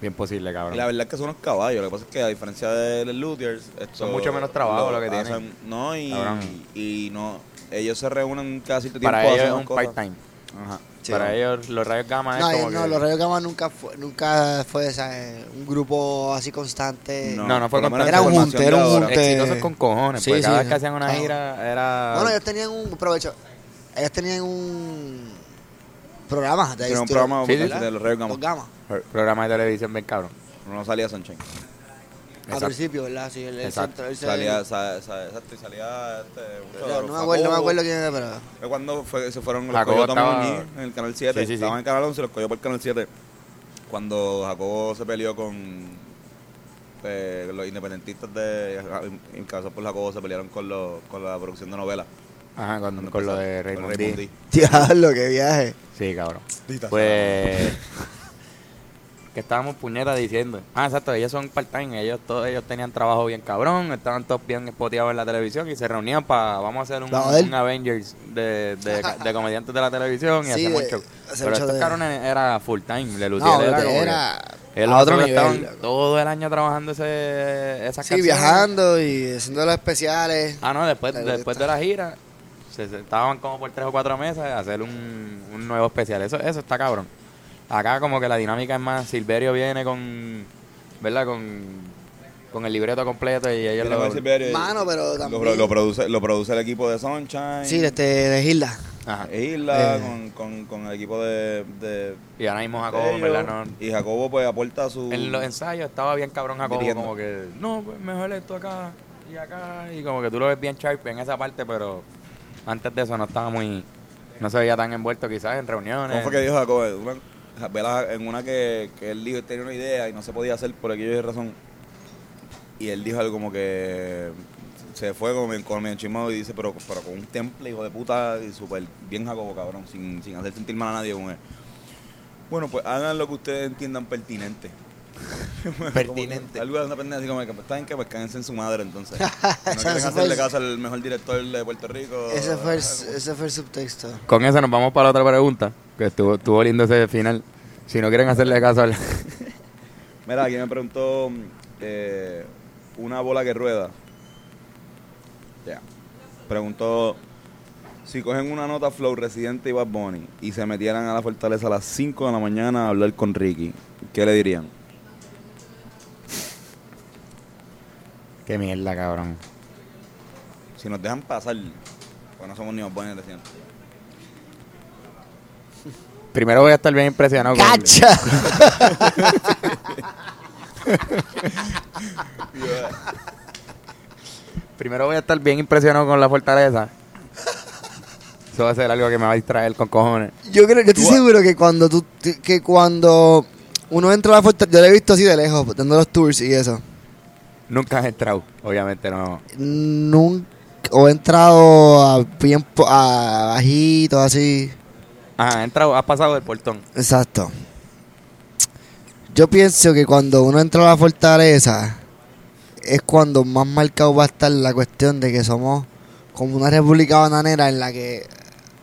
Speaker 1: Bien posible,
Speaker 3: Y la
Speaker 1: cabrón.
Speaker 3: verdad es que son unos caballos. Lo que pasa es que a diferencia de los Luthiers, esto-
Speaker 1: Son mucho menos trabajo lo que tienen.
Speaker 3: hacen- No, y,
Speaker 1: Cabrón.
Speaker 3: y no. Ellos se reúnen casi todo
Speaker 1: Para
Speaker 3: tiempo.
Speaker 1: ellos es
Speaker 3: hacen
Speaker 1: un
Speaker 3: cosas.
Speaker 1: part-time.
Speaker 3: Ajá.
Speaker 1: Para ellos, los rayos gamma es
Speaker 2: No,
Speaker 1: como.
Speaker 2: eh, no,
Speaker 1: que-
Speaker 2: los Rayos Gama nunca fue, nunca fue ¿sabes? un grupo así constante.
Speaker 1: No, no fue
Speaker 3: por lo menos
Speaker 1: Era un
Speaker 3: información
Speaker 2: junte,
Speaker 3: de
Speaker 2: era un
Speaker 3: ahora.
Speaker 2: junte.
Speaker 1: exitosos con cojones.
Speaker 2: Sí,
Speaker 1: porque
Speaker 2: sí.
Speaker 1: cada vez que hacían una
Speaker 2: Ah.
Speaker 1: gira era.
Speaker 2: Bueno, ellos tenían un provecho. Ellos tenían un programa de
Speaker 3: Tiene un
Speaker 2: esto-
Speaker 3: programa
Speaker 1: Sí, sí,
Speaker 3: de los Rayos Gama.
Speaker 2: Los Gama.
Speaker 1: Programa de televisión bien cabrón.
Speaker 3: No salía Sunshine.
Speaker 2: Al
Speaker 1: Exacto.
Speaker 2: principio, ¿verdad? Sí, el, el
Speaker 1: Exacto.
Speaker 2: centro- el-
Speaker 3: Salía, sa- sa- exacto, y salía este,
Speaker 2: el- no me acuerdo, no me acuerdo quién era, pero.
Speaker 3: Fue cuando fue, se fueron los
Speaker 1: Jacobo
Speaker 3: cogió Tommy
Speaker 1: estaba-
Speaker 3: Muñiz en el canal 7.
Speaker 1: Sí, sí, sí.
Speaker 3: Estaban en el canal 11 los cogió por el canal 7. Cuando Jacobo se peleó con eh, los independentistas de. En caso por Jacobo se pelearon con, los- con la producción de novelas.
Speaker 1: Ajá, con, Mm, con lo de Raymond D.
Speaker 2: Diablo, qué viaje.
Speaker 1: Sí, cabrón. Pues. [laughs] que estábamos puñetas diciendo. Ah, exacto, ellos son part-time. Ellos, todos ellos tenían trabajo bien cabrón. Estaban todos bien espoteados en la televisión y se reunían para. Vamos a hacer un,
Speaker 2: Vamos a ver.
Speaker 1: un Avengers de, de,
Speaker 2: [laughs]
Speaker 1: de comediantes de la televisión y
Speaker 2: Sí,
Speaker 1: hacemos
Speaker 2: de-
Speaker 1: show.
Speaker 2: hacer
Speaker 1: Pero
Speaker 2: un show
Speaker 1: estos
Speaker 2: de-
Speaker 1: cabrones era full-time. Le lucían.
Speaker 2: No,
Speaker 1: era,
Speaker 2: era,
Speaker 1: como que-
Speaker 2: a
Speaker 1: Él
Speaker 2: otro nivel. loco.
Speaker 1: todo el año trabajando ese, esas
Speaker 2: Sí,
Speaker 1: canciones.
Speaker 2: viajando y haciendo los especiales.
Speaker 1: Ah, no, después,
Speaker 2: Claro,
Speaker 1: después
Speaker 2: está.
Speaker 1: de la gira se sentaban como por tres o cuatro mesas a hacer un, un nuevo especial. Eso, eso está cabrón. Acá como que la dinámica es más, Silverio viene con, ¿verdad? Con, con el libreto completo y ellos lo...
Speaker 2: Mano, pero
Speaker 3: Lo,
Speaker 2: también-
Speaker 3: produce, lo produce el equipo de Sunshine.
Speaker 2: Sí, este, de Gilda.
Speaker 1: Ajá.
Speaker 3: Isla,
Speaker 2: Eh.
Speaker 3: con, con, con el equipo de. de
Speaker 1: Y ahora mismo Jacobo, en
Speaker 3: ellos.
Speaker 1: ¿verdad? No,
Speaker 3: Y Jacobo, pues aporta su.
Speaker 1: en los ensayos estaba bien cabrón Jacobo,
Speaker 3: Dirigiendo.
Speaker 1: como que, no, pues mejor esto acá y acá. Y como que tú lo ves bien sharp en esa parte, pero antes de eso no estaba muy... No se veía tan envuelto quizás en reuniones.
Speaker 3: ¿Cómo fue que
Speaker 2: eh.
Speaker 3: dijo Jacob? En una, vela- en una que, que él dijo, él tenía una idea y no se podía hacer por aquella razón. Y él dijo algo como que se fue como bien- con medio chismado y dice, pero, pero con un temple, hijo de puta, y súper bien Jacobo, cabrón, sin, sin hacer sentir mal a nadie con él. Bueno, pues hagan lo que ustedes entiendan pertinente. [laughs] Como que
Speaker 1: Pertinente.
Speaker 3: Algo de una pendeja así como que, pues, ¿saben qué? Pues cáguense en su
Speaker 2: [laughs]
Speaker 3: madre entonces. No quieren
Speaker 2: fue
Speaker 3: hacerle
Speaker 2: el-
Speaker 3: caso al mejor director de Puerto Rico.
Speaker 2: Ese fue el, ese fue el subtexto.
Speaker 1: Con eso nos vamos para la otra pregunta, que estuvo, estuvo lindo ese final. Si no quieren hacerle caso al... [laughs]
Speaker 3: Mira, aquí me preguntó eh, una bola que rueda. Ya. Preguntó si cogen una nota Flow Residente y Bad Bunny y se metieran a la fortaleza a las 5 de la mañana a hablar con Ricky, ¿qué le dirían?
Speaker 1: Qué mierda, cabrón.
Speaker 3: Si nos dejan pasar, pues no somos ni Bad Bunny ni Residente.
Speaker 1: Primero voy a estar bien impresionado con...
Speaker 2: ¡Cacha!
Speaker 1: Primero voy a estar bien impresionado con la fortaleza. Eso va a ser algo que me va a distraer con cojones.
Speaker 2: Yo creo, yo estoy seguro que cuando tú, que cuando Uno entra a la fortaleza, yo lo he visto así de lejos, dando los tours y eso.
Speaker 1: Nunca has entrado, obviamente no.
Speaker 2: Nunca, o he entrado a bien po- a bajito, así.
Speaker 1: Ajá, has entrado, has pasado del portón.
Speaker 2: Exacto. Yo pienso que cuando uno entra a la fortaleza es cuando más marcado va a estar la cuestión de que somos como una república bananera en la que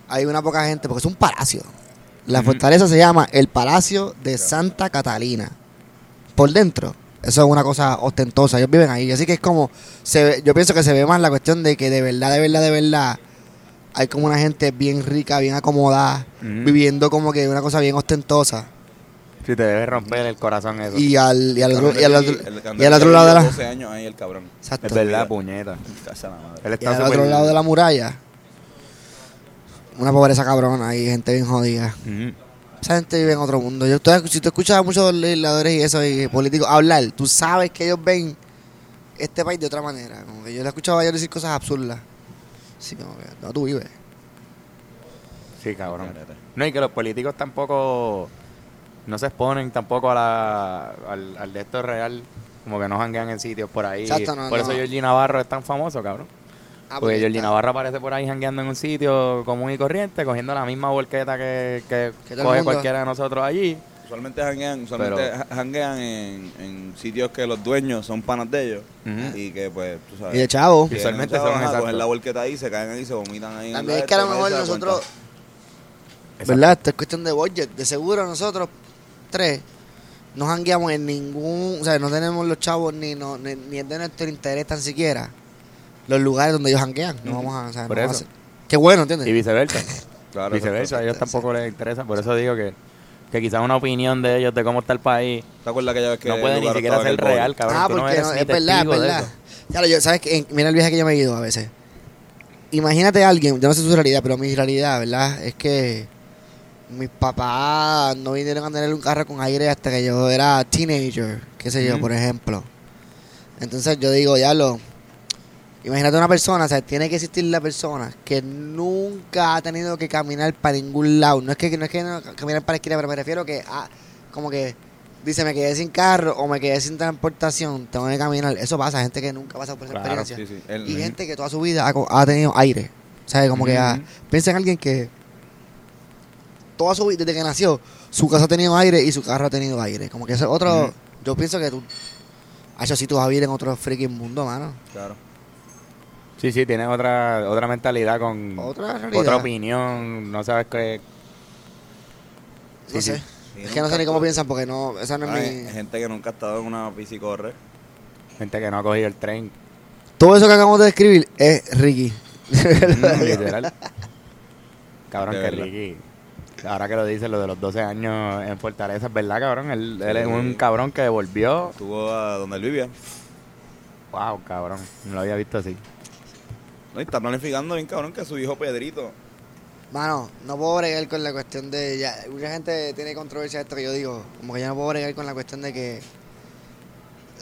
Speaker 2: hay una poca gente, porque es un palacio. La
Speaker 1: Ujú.
Speaker 2: fortaleza se llama el Palacio de Santa Catalina. Por dentro, eso es una cosa ostentosa, ellos viven ahí, así que es como, se ve- yo pienso que se ve más la cuestión de que de verdad, de verdad, de verdad, hay como una gente bien rica, bien acomodada,
Speaker 1: Ujú.
Speaker 2: viviendo como que una cosa bien ostentosa.
Speaker 1: Si te debe romper el corazón eso.
Speaker 2: Y al, y al,
Speaker 3: Cabrón,
Speaker 2: otro- y al
Speaker 3: el-
Speaker 2: otro,
Speaker 3: el
Speaker 2: y al
Speaker 3: Candelaria
Speaker 2: otro lado de
Speaker 3: vivió
Speaker 2: la...
Speaker 3: 12 años ahí el cabrón.
Speaker 2: Exacto.
Speaker 1: es verdad, pues, puñeta.
Speaker 3: Casa la madre.
Speaker 1: Él
Speaker 2: Y
Speaker 1: está
Speaker 2: al otro
Speaker 1: súper-
Speaker 2: lado de la muralla, una pobreza cabrona y gente bien jodida.
Speaker 1: Ujú.
Speaker 2: Esa gente vive en otro mundo. Yo, tú- si tú escuchas a muchos legisladores y eso, y políticos hablar, tú sabes que ellos ven este país de otra manera. Como que yo le he escuchado a ellos decir cosas absurdas. Así como que, no, tú vives.
Speaker 1: Sí, cabrón. No, y que los políticos tampoco no se exponen tampoco a la, al, al de esto real. Como que no janguean en sitios por ahí.
Speaker 2: Exacto, no,
Speaker 1: por
Speaker 2: no.
Speaker 1: eso Georgie Navarro es tan famoso, cabrón.
Speaker 2: Ah,
Speaker 1: porque
Speaker 2: porque
Speaker 1: Georgie
Speaker 2: está-
Speaker 1: Navarro aparece por ahí jangueando en un sitio común y corriente, cogiendo la misma volqueta que, que
Speaker 2: Que todo el
Speaker 1: coge
Speaker 2: mundo.
Speaker 1: cualquiera de nosotros allí.
Speaker 3: Usualmente hanguean, usualmente
Speaker 1: Pero-
Speaker 3: ha- hanguean en, en sitios que los dueños son panas de ellos
Speaker 1: Ujú.
Speaker 3: y que pues tú sabes.
Speaker 2: Y de chavo.
Speaker 1: Y
Speaker 3: tienen
Speaker 1: usualmente
Speaker 3: chavos,
Speaker 1: son
Speaker 3: ajá,
Speaker 1: exactos.
Speaker 3: cogen la volqueta ahí, se caen ahí, se vomitan ahí. en
Speaker 2: También
Speaker 3: la
Speaker 2: es que a lo
Speaker 3: esto,
Speaker 2: mejor
Speaker 3: nadie se da
Speaker 2: nosotros...
Speaker 3: cuenta.
Speaker 2: ¿Verdad? Esto es cuestión de budget. De seguro nosotros tres no jangueamos en ningún... O sea, no tenemos los chavos ni, no, ni, ni es de nuestro interés tan siquiera los lugares donde ellos janguean. No vamos a... O sea,
Speaker 1: Por
Speaker 2: no
Speaker 1: eso.
Speaker 2: vamos a hacer- Qué bueno, ¿entiendes?
Speaker 1: Y viceversa.
Speaker 2: [laughs]
Speaker 3: Claro,
Speaker 1: viceversa, a
Speaker 3: exacto.
Speaker 1: ellos tampoco les interesa. Por eso digo que, que quizás una opinión de ellos de cómo está el país
Speaker 3: ¿Te acuerdas aquella vez que
Speaker 1: no puede ni
Speaker 3: Lugaro
Speaker 1: siquiera
Speaker 3: estaba en
Speaker 1: ser
Speaker 3: el bowl?
Speaker 1: real, cabrón.
Speaker 2: ah,
Speaker 1: Tú no
Speaker 2: porque
Speaker 1: eres
Speaker 2: no,
Speaker 1: ni
Speaker 2: es verdad, es
Speaker 1: testigo de
Speaker 2: verdad.
Speaker 1: eso.
Speaker 2: Claro, yo, ¿sabes que Mira el viaje que yo me he ido a veces. Imagínate a alguien, yo no sé su realidad, pero mi realidad, ¿verdad? Es que mis papás no vinieron a tener un carro con aire hasta que yo era teenager, qué sé yo,
Speaker 1: Ujú.
Speaker 2: por ejemplo. Entonces yo digo, ya lo. Imagínate una persona, o sea, tiene que existir la persona que nunca ha tenido que caminar para ningún lado. No es que no es que no, caminar para la esquina, pero me refiero que a, como que dice me quedé sin carro o me quedé sin transportación, tengo que caminar. Eso pasa, gente que nunca pasa por esa
Speaker 1: Claro,
Speaker 2: experiencia.
Speaker 3: Sí, sí. El-
Speaker 2: Y gente que toda su vida ha, co- ha tenido aire. ¿Sabes? Como que ah,
Speaker 1: Ujú.
Speaker 2: piensa en alguien que toda su vida, desde que nació, su casa ha tenido aire y su carro ha tenido aire. Como que ese es otro.
Speaker 1: Ujú.
Speaker 2: Yo pienso que tú. Hacho, si tú vas a vivir en otro freaking mundo, mano.
Speaker 3: Claro.
Speaker 1: Sí, sí, tienes otra, otra mentalidad con
Speaker 2: Otra realidad.
Speaker 1: otra opinión. No sabes qué.
Speaker 2: No
Speaker 1: sí,
Speaker 2: sé.
Speaker 1: sí.
Speaker 2: Es que no sé ni cómo piensan porque no. Esa no es
Speaker 3: Hay
Speaker 2: mi.
Speaker 3: Ah, eh, gente que nunca ha estado en una bici corre.
Speaker 1: Gente que no ha cogido el
Speaker 3: [laughs]
Speaker 1: tren.
Speaker 2: Todo eso que acabamos de describir es Ricky.
Speaker 1: Mm, literal. Cabrón,
Speaker 3: De
Speaker 1: que
Speaker 3: verdad.
Speaker 1: Ricky. Ahora que lo dices, lo de los 12 años en Fortaleza, es verdad, cabrón. Él, él es
Speaker 3: Sí.
Speaker 1: un cabrón que
Speaker 2: Oh.
Speaker 1: devolvió.
Speaker 3: Estuvo a donde él vivía.
Speaker 1: Wow, cabrón. No lo había visto así.
Speaker 3: No, y está planificando bien, cabrón, que su hijo Pedrito.
Speaker 2: [laughs] Mano, no puedo bregar con la cuestión de. Ya, mucha gente tiene controversia de esto que yo digo. Como que ya no puedo bregar con la cuestión de que.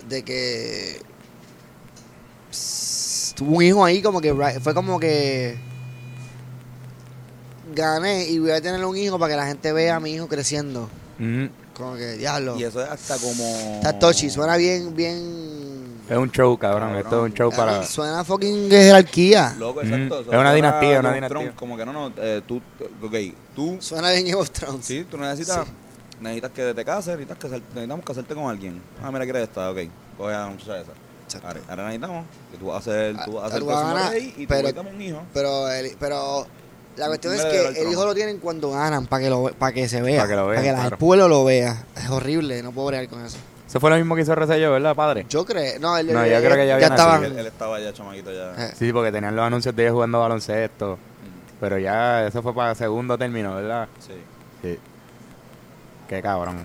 Speaker 2: De que. s- Tuvo un hijo ahí, como que. right- Fue como que. Gané y voy a tener un hijo para que la gente vea a mi hijo creciendo.
Speaker 1: Ujú.
Speaker 2: Como que, diablo.
Speaker 3: Y eso es hasta como.
Speaker 2: Está tochi, suena bien, bien.
Speaker 1: Es un show, cabrón.
Speaker 3: Cabrón.
Speaker 1: Esto es un show para.
Speaker 2: Suena fucking de jerarquía.
Speaker 3: Loco,
Speaker 1: Ujú.
Speaker 3: exacto.
Speaker 1: Es
Speaker 3: Eso
Speaker 1: una
Speaker 3: suena
Speaker 1: dinastía,
Speaker 3: a
Speaker 1: una
Speaker 3: Donald
Speaker 1: dinastía.
Speaker 3: Trump, como que no, no, eh, tú, ok, tú,
Speaker 2: Suena bien Game of Thrones.
Speaker 3: sí, tú necesitas,
Speaker 2: Sí.
Speaker 3: necesitas que te cases, necesitas casar- necesitamos casarte con alguien. Ah, mira, quieres esta, ok, coge a la muchacha esa.
Speaker 2: Exacto.
Speaker 3: Ahora, ahora necesitamos que tú vas a ser, tú vas a ser
Speaker 2: Ah,
Speaker 3: el
Speaker 2: tú vas a
Speaker 3: próximo
Speaker 2: ganar,
Speaker 3: rey y tú
Speaker 2: pero-
Speaker 3: necesitas un hijo.
Speaker 2: Pero, el- pero la cuestión es
Speaker 3: Dale,
Speaker 2: que
Speaker 3: dale al
Speaker 2: el
Speaker 3: trono.
Speaker 2: hijo lo tienen cuando ganan, para que, lo, ve- pa' que se vea.
Speaker 1: Pa' que lo vean,
Speaker 2: la-
Speaker 1: claro.
Speaker 2: el pueblo lo vea. Es horrible, no puedo bregar con eso.
Speaker 1: Eso fue lo mismo que hizo Rosselló, ¿verdad, padre?
Speaker 2: Yo creo. No, él-
Speaker 1: No,
Speaker 2: él-
Speaker 1: yo creo que ya
Speaker 2: ya,
Speaker 1: habían
Speaker 2: estaban.
Speaker 3: Él, él estaba ya chamaquito ya. Mm,
Speaker 2: eh,
Speaker 1: Sí, porque tenían los anuncios de ellos jugando baloncesto. Pero ya, eso fue para segundo término, ¿verdad?
Speaker 3: Sí.
Speaker 1: Sí. Qué cabrón.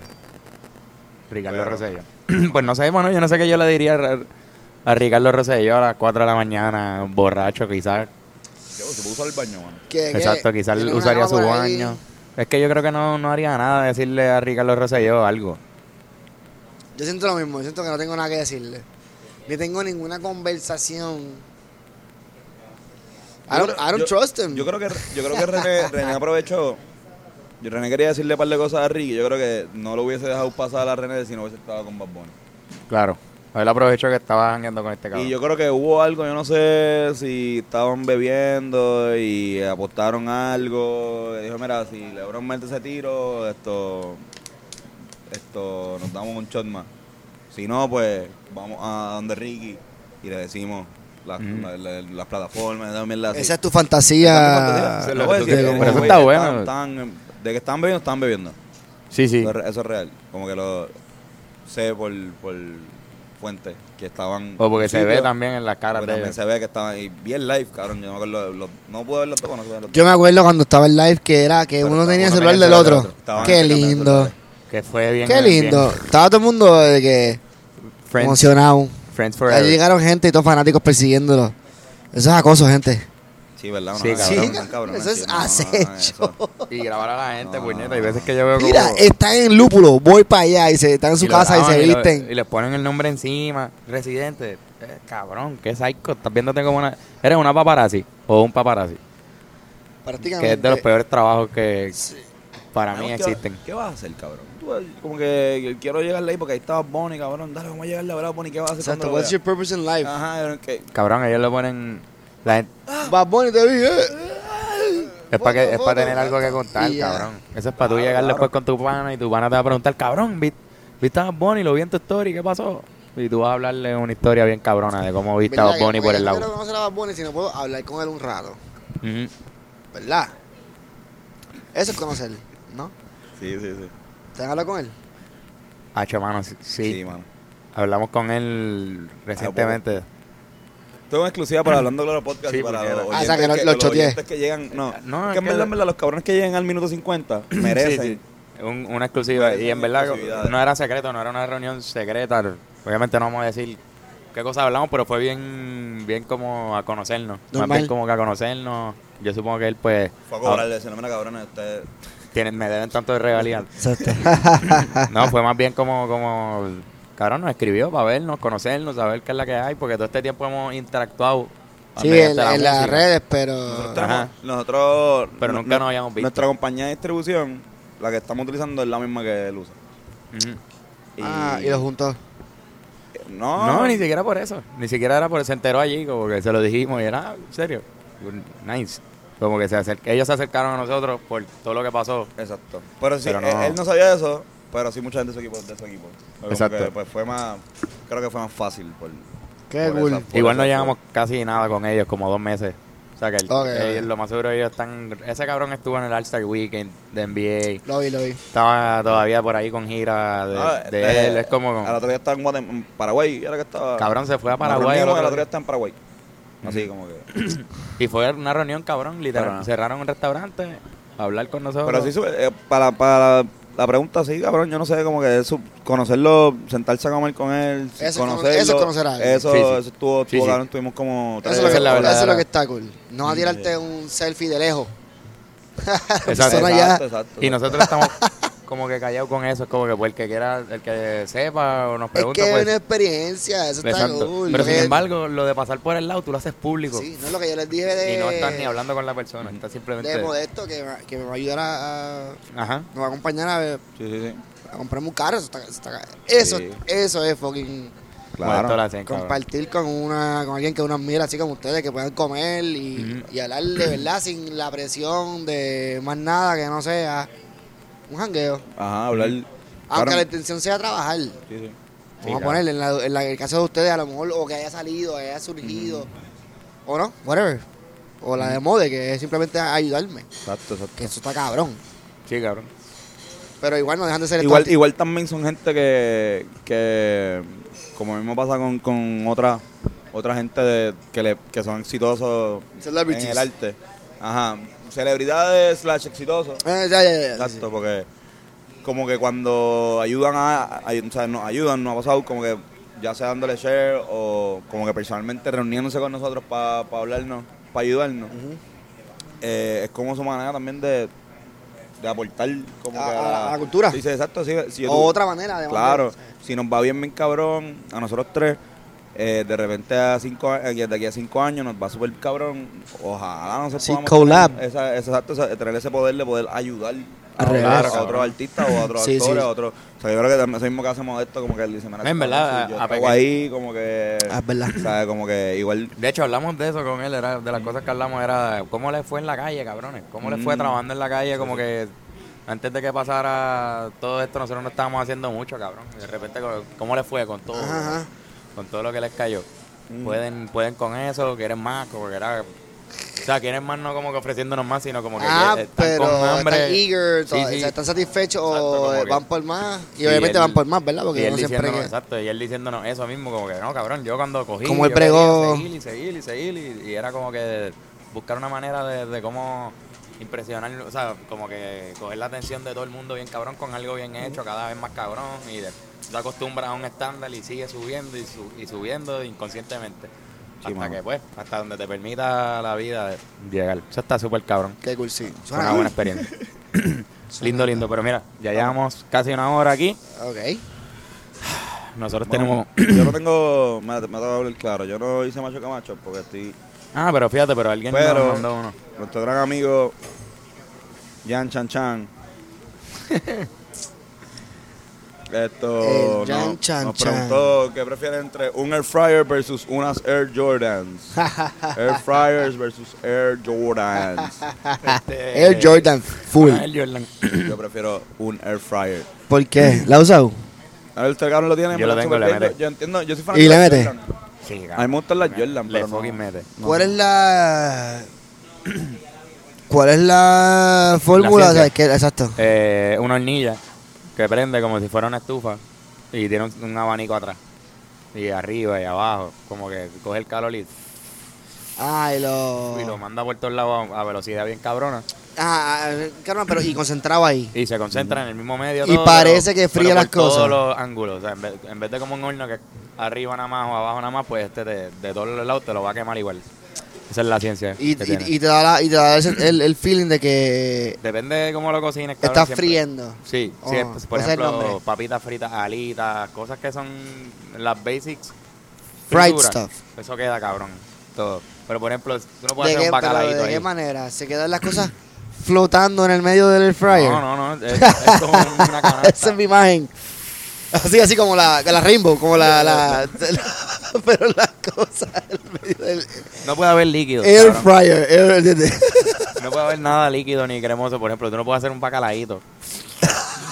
Speaker 1: Ricardo
Speaker 3: Pero-
Speaker 1: Rosselló. [clears throat] pues no sé, bueno, yo no sé qué yo le diría a, a Ricardo Rosselló a las 4 de la mañana, borracho quizás.
Speaker 3: Yo, se puso al baño, mano.
Speaker 2: que- que
Speaker 1: Exacto, quizás
Speaker 2: tiene una
Speaker 1: usaría
Speaker 2: cama
Speaker 1: su
Speaker 2: por ahí.
Speaker 1: baño. Es que yo creo que no, no haría nada decirle a Ricardo Rosselló algo.
Speaker 2: Yo siento lo mismo, yo siento que no tengo nada que decirle. Ni tengo ninguna conversación. I
Speaker 3: Yo
Speaker 2: don't,
Speaker 3: creo-
Speaker 2: I don't
Speaker 3: yo-
Speaker 2: trust him. [laughs]
Speaker 3: Yo creo que, yo creo que René, René aprovechó Yo René quería decirle un par de cosas a Ricky. Yo creo que no lo hubiese dejado pasar a René si no hubiese estado con Bad Bunny.
Speaker 1: Claro. Él aprovechó que estaba jangueando con este cabrón.
Speaker 3: Y yo creo que hubo algo, yo no sé si estaban bebiendo y apostaron algo. Dijo, mira, si Lebron mete ese tiro, esto, esto, nos damos un shot más. Si no, pues vamos a donde Ricky y le decimos las, la- la- las plataformas, esa mierda así.
Speaker 2: Esa es tu
Speaker 3: Esa
Speaker 2: fantasía.
Speaker 3: es mi fantasía.
Speaker 1: Eso es
Speaker 3: Lo
Speaker 1: lo
Speaker 3: voy a
Speaker 1: que tú
Speaker 3: decir,
Speaker 1: quieres.
Speaker 3: que
Speaker 1: Pero eso
Speaker 3: como
Speaker 1: está
Speaker 3: que
Speaker 1: bueno.
Speaker 3: están- están- de que están bebiendo, están bebiendo.
Speaker 1: Sí, sí.
Speaker 3: Eso, es re- eso es real. Como que lo sé por, por fuentes que estaban.
Speaker 1: O porque se
Speaker 3: sitios,
Speaker 1: ve también en las caras
Speaker 3: porque
Speaker 1: de
Speaker 3: también
Speaker 1: ellos.
Speaker 3: se ve que estaban ahí bien live, cabrón. Yo no me acuerdo. de los- no pude ver los dos, no pude ver los dos.
Speaker 2: Yo me acuerdo cuando estaba en live que era que
Speaker 3: Pero
Speaker 2: uno
Speaker 3: estaba-
Speaker 2: tenía el
Speaker 1: uno
Speaker 2: celular
Speaker 1: tenía
Speaker 2: del
Speaker 1: el celular
Speaker 2: otro.
Speaker 1: del otro.
Speaker 3: Estaban
Speaker 2: Qué
Speaker 3: intercambiando
Speaker 2: lindo.
Speaker 3: celulares.
Speaker 1: Que fue bien.
Speaker 2: Qué
Speaker 1: bien.
Speaker 2: lindo. Estaba todo el mundo de que
Speaker 1: Friends,
Speaker 2: emocionado.
Speaker 1: Friends
Speaker 2: Ahí
Speaker 1: Forever.
Speaker 2: llegaron gente y todos fanáticos persiguiéndolo. Eso es acoso, gente.
Speaker 3: Sí, ¿verdad?
Speaker 1: Sí,
Speaker 3: cabrón,
Speaker 1: cabrón. Ah,
Speaker 3: tan cabrón,
Speaker 2: Eso es
Speaker 3: no, no, no,
Speaker 2: acecho.
Speaker 3: eso.
Speaker 1: Y grabar a la gente,
Speaker 3: No,
Speaker 1: puñeta.
Speaker 3: no,
Speaker 1: Hay
Speaker 3: no.
Speaker 1: veces que yo veo como...
Speaker 2: Mira, están en lúpulo, voy para allá y se están en su
Speaker 1: y lo
Speaker 2: casa y
Speaker 1: graban
Speaker 2: se
Speaker 1: lo-
Speaker 2: visten.
Speaker 1: Y les ponen el nombre encima. Residente. Eh, cabrón, qué psycho. Estás viéndote como una... Eres una paparazzi. O un paparazzi.
Speaker 2: Prácticamente.
Speaker 1: Que es de los peores trabajos que para
Speaker 3: Ah,
Speaker 1: mí
Speaker 3: ¿qué-
Speaker 1: existen.
Speaker 3: ¿Qué vas a hacer, cabrón? Tú, eh, como que quiero llegarle ahí porque ahí estaba Bonnie, cabrón. Dale, vamos a llegarle ahora a Bonnie. ¿Qué vas a hacer?
Speaker 2: Exacto,
Speaker 3: cuando lo
Speaker 2: what's
Speaker 3: veas?
Speaker 2: your purpose in life?
Speaker 3: Ajá, que
Speaker 1: Cabrón, ellos le ponen... La gente-
Speaker 2: Bad Bunny te vi, eh.
Speaker 1: Es para que, es
Speaker 2: Foto,
Speaker 1: para tener
Speaker 2: foto,
Speaker 1: algo que contar,
Speaker 2: y ya.
Speaker 1: cabrón. Eso es para tú
Speaker 3: Claro,
Speaker 1: llegar
Speaker 3: claro.
Speaker 1: después con tu pana y tu pana te va a preguntar, cabrón, vi- ¿viste a Bad Bunny? Lo vi en tu story, ¿qué pasó? Y tú vas a hablarle una historia bien cabrona de cómo viste a
Speaker 2: ¿Verdad
Speaker 1: Bad
Speaker 2: que
Speaker 1: Bunny por
Speaker 2: puedo-
Speaker 1: el
Speaker 2: Yo quiero
Speaker 1: lado.
Speaker 2: conocer a Bad Bunny si no puedo hablar con él un rato,
Speaker 1: Ujú.
Speaker 2: ¿verdad? Eso es conocer, ¿no?
Speaker 3: Sí, sí, sí.
Speaker 2: ¿Te han hablado con él?
Speaker 1: Hacho, mano, sí, sí.
Speaker 3: Sí, mano.
Speaker 1: Hablamos con él recientemente.
Speaker 3: Esto es una exclusiva para Hablando Claro Podcast
Speaker 1: Sí,
Speaker 3: y para
Speaker 1: puñeta.
Speaker 3: los
Speaker 2: Ah, o
Speaker 3: oyentes,
Speaker 2: sea, que lo-
Speaker 3: que,
Speaker 2: lo
Speaker 3: los
Speaker 2: choteé.
Speaker 3: oyentes que llegan... No,
Speaker 1: No,
Speaker 3: es
Speaker 1: es
Speaker 3: que en
Speaker 1: que-
Speaker 3: verdad, en verdad, los cabrones que llegan al minuto 50
Speaker 1: Sí,
Speaker 3: merecen.
Speaker 1: sí. Un- una exclusiva.
Speaker 3: Una
Speaker 1: Y en verdad
Speaker 3: exclusividad.
Speaker 1: no era secreto, no era una reunión secreta. Obviamente no vamos a decir qué cosa hablamos, pero fue bien, bien como a conocernos. Más
Speaker 2: Normal.
Speaker 1: bien como que a conocernos. Yo supongo que él pues ah,
Speaker 3: Fue a cobrarle, decirle, mira, cabrones, ustedes...
Speaker 1: tiene- me deben tanto de regalías.
Speaker 2: Exacto.
Speaker 1: [laughs] No, fue más bien como, como cabrón, nos escribió para vernos, conocernos, saber qué es la que hay, porque todo este tiempo hemos interactuado.
Speaker 2: sí,
Speaker 1: mediante
Speaker 2: en,
Speaker 1: la
Speaker 2: en las
Speaker 1: música.
Speaker 2: redes, pero...
Speaker 3: Nosotros,
Speaker 1: Ajá.
Speaker 3: tenemos- nosotros-
Speaker 1: Pero
Speaker 3: nu-
Speaker 1: nunca
Speaker 3: nu-
Speaker 1: nos habíamos visto.
Speaker 3: Nuestra compañía de distribución, la que estamos utilizando, es la misma que él usa.
Speaker 1: Ujú.
Speaker 2: Ah, y los juntos.
Speaker 3: eh, No,
Speaker 1: No, ni siquiera por eso. Ni siquiera era por se enteró allí, como que se lo dijimos y era, "Ah, en serio, nice. Como que se acer- ellos se acercaron a nosotros por todo lo que pasó.
Speaker 3: Exacto. Pero sí,
Speaker 1: Pero no.
Speaker 3: él, él no sabía eso, pero sí mucha gente de su equipo. De su equipo. Como
Speaker 1: Exacto.
Speaker 3: que, pues fue más... Creo que fue más fácil por...
Speaker 2: Qué
Speaker 3: por
Speaker 2: cool.
Speaker 3: esa- por
Speaker 1: Igual
Speaker 3: esa-
Speaker 1: no llevamos casi nada con ellos, como dos meses. O sea que el-
Speaker 2: Ok,
Speaker 1: ellos-
Speaker 2: ok.
Speaker 1: lo más seguro ellos están... Ese cabrón estuvo en el All-Star Weekend de NBA.
Speaker 2: Lo vi, lo vi.
Speaker 1: Estaba todavía por ahí con gira de,
Speaker 3: Ah,
Speaker 1: de
Speaker 3: eh,
Speaker 1: él. Es como...
Speaker 3: Al otro día estaba en, Guatem- en Paraguay, era que estaba...
Speaker 1: Cabrón, se fue a
Speaker 3: Nos
Speaker 1: Paraguay. al otro
Speaker 3: reunimos, el otro día
Speaker 1: día.
Speaker 3: está en Paraguay. Así como que.
Speaker 1: Y fue una reunión, cabrón. Literal.
Speaker 3: Para nada.
Speaker 1: Cerraron un restaurante a hablar con nosotros.
Speaker 3: Pero sí, su- eh, para, para la pregunta, sí, cabrón, yo no sé, como que eso, conocerlo, sentarse a comer con él,
Speaker 2: Eso es cono-
Speaker 3: conocerlo.
Speaker 2: eso es conocer a alguien.
Speaker 3: Eso,
Speaker 1: Sí, sí.
Speaker 3: eso estuvo, estuvo
Speaker 1: Sí, sí.
Speaker 3: cabrón, tuvimos como
Speaker 2: Eso
Speaker 3: tres
Speaker 2: es, lo que,
Speaker 1: Esa es la
Speaker 2: eso es
Speaker 1: verdadera.
Speaker 2: lo que está cool. No a tirarte un selfie de lejos.
Speaker 3: [laughs]
Speaker 1: Exacto.
Speaker 2: Persona ya-
Speaker 3: Exacto, exacto.
Speaker 1: Y nosotros estamos como que callados con eso. Es como que pues, el que quiera, el que sepa o nos
Speaker 2: Es
Speaker 1: pregunta,
Speaker 2: que es
Speaker 1: pues.
Speaker 2: una experiencia, eso está
Speaker 1: exacto.
Speaker 2: cool.
Speaker 1: Pero
Speaker 2: Lo
Speaker 1: sin
Speaker 2: que-
Speaker 1: embargo, lo de pasar por el lado, tú lo haces público.
Speaker 2: Sí, no es lo que yo les dije de...
Speaker 1: Y no estás ni hablando con la persona. Estás simplemente.
Speaker 2: De Modesto, que, va- que me va a ayudar a... a-
Speaker 1: Ajá.
Speaker 2: nos va a acompañar a,
Speaker 3: Sí, sí, sí.
Speaker 2: a comprarme un carro. Eso, está, eso, está- eso,
Speaker 3: Sí.
Speaker 2: eso es fucking...
Speaker 3: Claro.
Speaker 1: Modesto la hacen, cabrón.
Speaker 2: Compartir con una con alguien que uno admira, así como ustedes, que puedan comer y,
Speaker 1: Ujú.
Speaker 2: y hablar de verdad sin la presión de más nada que no sea un jangueo.
Speaker 3: Ajá, hablar.
Speaker 2: Aunque
Speaker 3: Cabrón.
Speaker 2: la intención sea trabajar.
Speaker 3: Sí, sí.
Speaker 2: Vamos
Speaker 1: claro.
Speaker 2: a ponerle, en, la- en la- en el caso de ustedes, a lo mejor, o que haya salido, haya surgido, o no, whatever. O la de mode, que es simplemente ayudarme,
Speaker 3: Exacto, exacto.
Speaker 2: que eso está cabrón.
Speaker 1: Sí, cabrón.
Speaker 2: Pero igual no dejan de ser
Speaker 3: Igual,
Speaker 2: estos-
Speaker 3: igual también son gente que, que como mismo pasa con, con otra, otra gente de, que, le, que son exitosos
Speaker 2: Celebrities.
Speaker 3: en el arte. Ajá, celebridades slash exitosos.
Speaker 2: Eh, ya, ya, ya, ya, sí,
Speaker 3: Exacto, porque como que cuando ayudan a, ay- o sea, nos ayudan, nos ha pasado como que ya sea dándole share o como que personalmente reuniéndose con nosotros para hablarnos, para ayudarnos. eh, es como su manera también de, de aportar como
Speaker 2: A-
Speaker 3: que
Speaker 2: a la- a la cultura.
Speaker 3: Sí, sí, exacto, sí, sí,
Speaker 2: sí.
Speaker 3: yo
Speaker 2: O
Speaker 3: tuve-
Speaker 2: otra manera, además.
Speaker 3: Claro, si nos va bien, bien cabrón, a nosotros tres, eh, de repente a cinco, a- eh, de aquí a cinco años nos va súper cabrón. Ojalá no se
Speaker 2: Sí, collab.
Speaker 3: Esa, esa- exacto, esa- tener ese poder de poder ayudar
Speaker 2: Al
Speaker 3: a
Speaker 2: revés.
Speaker 3: hablar a otros artistas o a otros
Speaker 2: Sí, sí.
Speaker 3: actores, a otros. O sea, yo creo que también es mismo que hacemos esto, como que él dice, mira,
Speaker 1: En verdad,
Speaker 3: yo
Speaker 1: a- a
Speaker 3: pego
Speaker 1: pequeño.
Speaker 3: ahí, como que.
Speaker 2: Ah, es verdad.
Speaker 3: ¿Sabes? Como que igual.
Speaker 1: De hecho, hablamos de eso con él, era de las
Speaker 2: Mm.
Speaker 1: cosas que hablamos era cómo le fue en la calle, cabrones, cómo le fue
Speaker 3: Mm.
Speaker 1: trabajando en la calle, como que antes de que pasara todo esto nosotros no estábamos haciendo mucho, cabrón. De repente, co- cómo le fue con todo,
Speaker 2: Ajá, ajá.
Speaker 1: con todo lo que les cayó.
Speaker 2: Mm.
Speaker 1: Pueden, pueden con eso, quieren más, como que era, o sea, quieren más no como que ofreciéndonos más, sino como que
Speaker 2: Ah,
Speaker 1: están con
Speaker 2: pero
Speaker 1: hambre.
Speaker 2: están eager,
Speaker 1: Sí,
Speaker 2: o
Speaker 1: sí.
Speaker 2: sea, están satisfechos
Speaker 1: Exacto, como
Speaker 2: o eh,
Speaker 1: que-
Speaker 2: van por más. Y,
Speaker 1: Y
Speaker 2: obviamente
Speaker 1: él-
Speaker 2: van por más, ¿verdad?
Speaker 1: y
Speaker 2: Porque
Speaker 1: él
Speaker 2: uno siempre
Speaker 1: diciéndonos,
Speaker 2: que...
Speaker 1: exacto, y él diciéndonos eso mismo, como que no, cabrón, yo cuando cogí.
Speaker 2: Como
Speaker 1: yo
Speaker 2: él bregó.
Speaker 1: quería Seguir y seguir y seguir, y, y era como que buscar una manera de, de cómo impresionar, o sea, como que coger la atención de todo el mundo bien cabrón con algo bien hecho, cada vez más cabrón, y de, te acostumbras a un estándar y sigue subiendo y, su- y subiendo inconscientemente.
Speaker 3: Sí,
Speaker 1: hasta
Speaker 3: mano.
Speaker 1: que, pues, hasta donde te permita la vida de llegar. Eso está súper cabrón.
Speaker 2: Qué cool, sí.
Speaker 1: Fue
Speaker 2: Suena
Speaker 1: una buena
Speaker 2: [coughs]
Speaker 1: experiencia. lindo, lindo. Pero mira, ya llevamos casi una hora aquí. Eh,
Speaker 2: Ok.
Speaker 1: Nosotros tenemos
Speaker 3: Bueno, Yo no tengo. Me, me tengo que hablar claro. Yo no hice macho camacho porque estoy.
Speaker 1: Ah, pero fíjate, pero alguien nos
Speaker 3: Pero-
Speaker 1: mandó uno.
Speaker 3: Nuestro gran amigo. Jan
Speaker 1: [laughs]
Speaker 3: Chan Chan. Esto.
Speaker 2: El Jan
Speaker 3: no-
Speaker 2: Chan
Speaker 3: nos
Speaker 2: Chan.
Speaker 3: preguntó qué prefieren entre un air fryer versus unas Air
Speaker 2: [laughs]
Speaker 3: Jordans. air fryers versus Air Jordans.
Speaker 1: Este,
Speaker 2: El Jordan, full.
Speaker 1: ah, el Jordan.
Speaker 3: Yo prefiero un air fryer.
Speaker 2: ¿Por qué? ¿La has usado?
Speaker 3: A ver, usted cabrón lo tiene.
Speaker 1: Yo lo
Speaker 3: ¿verdad?
Speaker 1: tengo, le
Speaker 3: Súper bien.
Speaker 1: mete.
Speaker 3: Yo entiendo, yo soy
Speaker 2: ¿Y
Speaker 3: fanático
Speaker 2: le
Speaker 3: de
Speaker 2: mete?
Speaker 3: Jordan.
Speaker 1: Sí, cabrón.
Speaker 3: A mí me gustan las Jordan,
Speaker 1: Le
Speaker 3: pero no.
Speaker 1: fucking mete.
Speaker 2: ¿Cuál es la... [clears throat] ¿Cuál es la fórmula?
Speaker 1: La
Speaker 2: O sea,
Speaker 1: ciencia.
Speaker 2: que- exacto.
Speaker 1: Eh, una hornilla que prende como si fuera una estufa y tiene un, un abanico atrás. Y arriba y abajo. Como que coge el calor y,
Speaker 2: Ay, lo...
Speaker 1: y lo manda por todos lados a, a velocidad bien cabrona.
Speaker 2: Ah, ah, cabrón, pero y concentrado ahí.
Speaker 1: Y se concentra en el mismo medio.
Speaker 2: Y
Speaker 1: todo,
Speaker 2: parece que
Speaker 1: pero
Speaker 2: fría
Speaker 1: por
Speaker 2: las cosas.
Speaker 1: todos los ángulos. O sea, en vez, en vez de como un horno que arriba nada más o abajo nada más, pues este de, de todos los lados te lo va a quemar igual. Esa es la ciencia.
Speaker 2: Y,
Speaker 1: que
Speaker 2: y-
Speaker 1: tiene.
Speaker 2: y te da, la- y te da ese- el, el feeling de que
Speaker 1: Depende de cómo lo cocines.
Speaker 2: te
Speaker 1: cabrón,
Speaker 2: estás
Speaker 1: siempre.
Speaker 2: friendo.
Speaker 1: Sí,
Speaker 2: Oh,
Speaker 1: sí, es- por
Speaker 2: ese es el
Speaker 1: ejemplo,
Speaker 2: nombre.
Speaker 1: papitas fritas, alitas, cosas que son las basics.
Speaker 2: Fried
Speaker 1: frituras.
Speaker 2: stuff.
Speaker 1: Eso queda cabrón, todo. Pero por ejemplo, tú no
Speaker 2: ¿De
Speaker 1: puedes
Speaker 2: qué,
Speaker 1: hacer un
Speaker 2: pero
Speaker 1: bacalaíto
Speaker 2: ¿De qué
Speaker 1: ahí.
Speaker 2: manera? ¿Se quedan las cosas flotando en el medio del air fryer?
Speaker 1: No, no, no, es, es como
Speaker 2: [laughs]
Speaker 1: una canasta.
Speaker 2: Esa es mi imagen. Así, así como la, la Rainbow, como la, la, [laughs] la- Pero las cosas en el medio del
Speaker 1: No puede haber líquido.
Speaker 2: air
Speaker 1: cabrón.
Speaker 2: fryer. air-
Speaker 1: No puede haber nada líquido ni cremoso, por ejemplo, tú no puedes hacer un bacalaíto.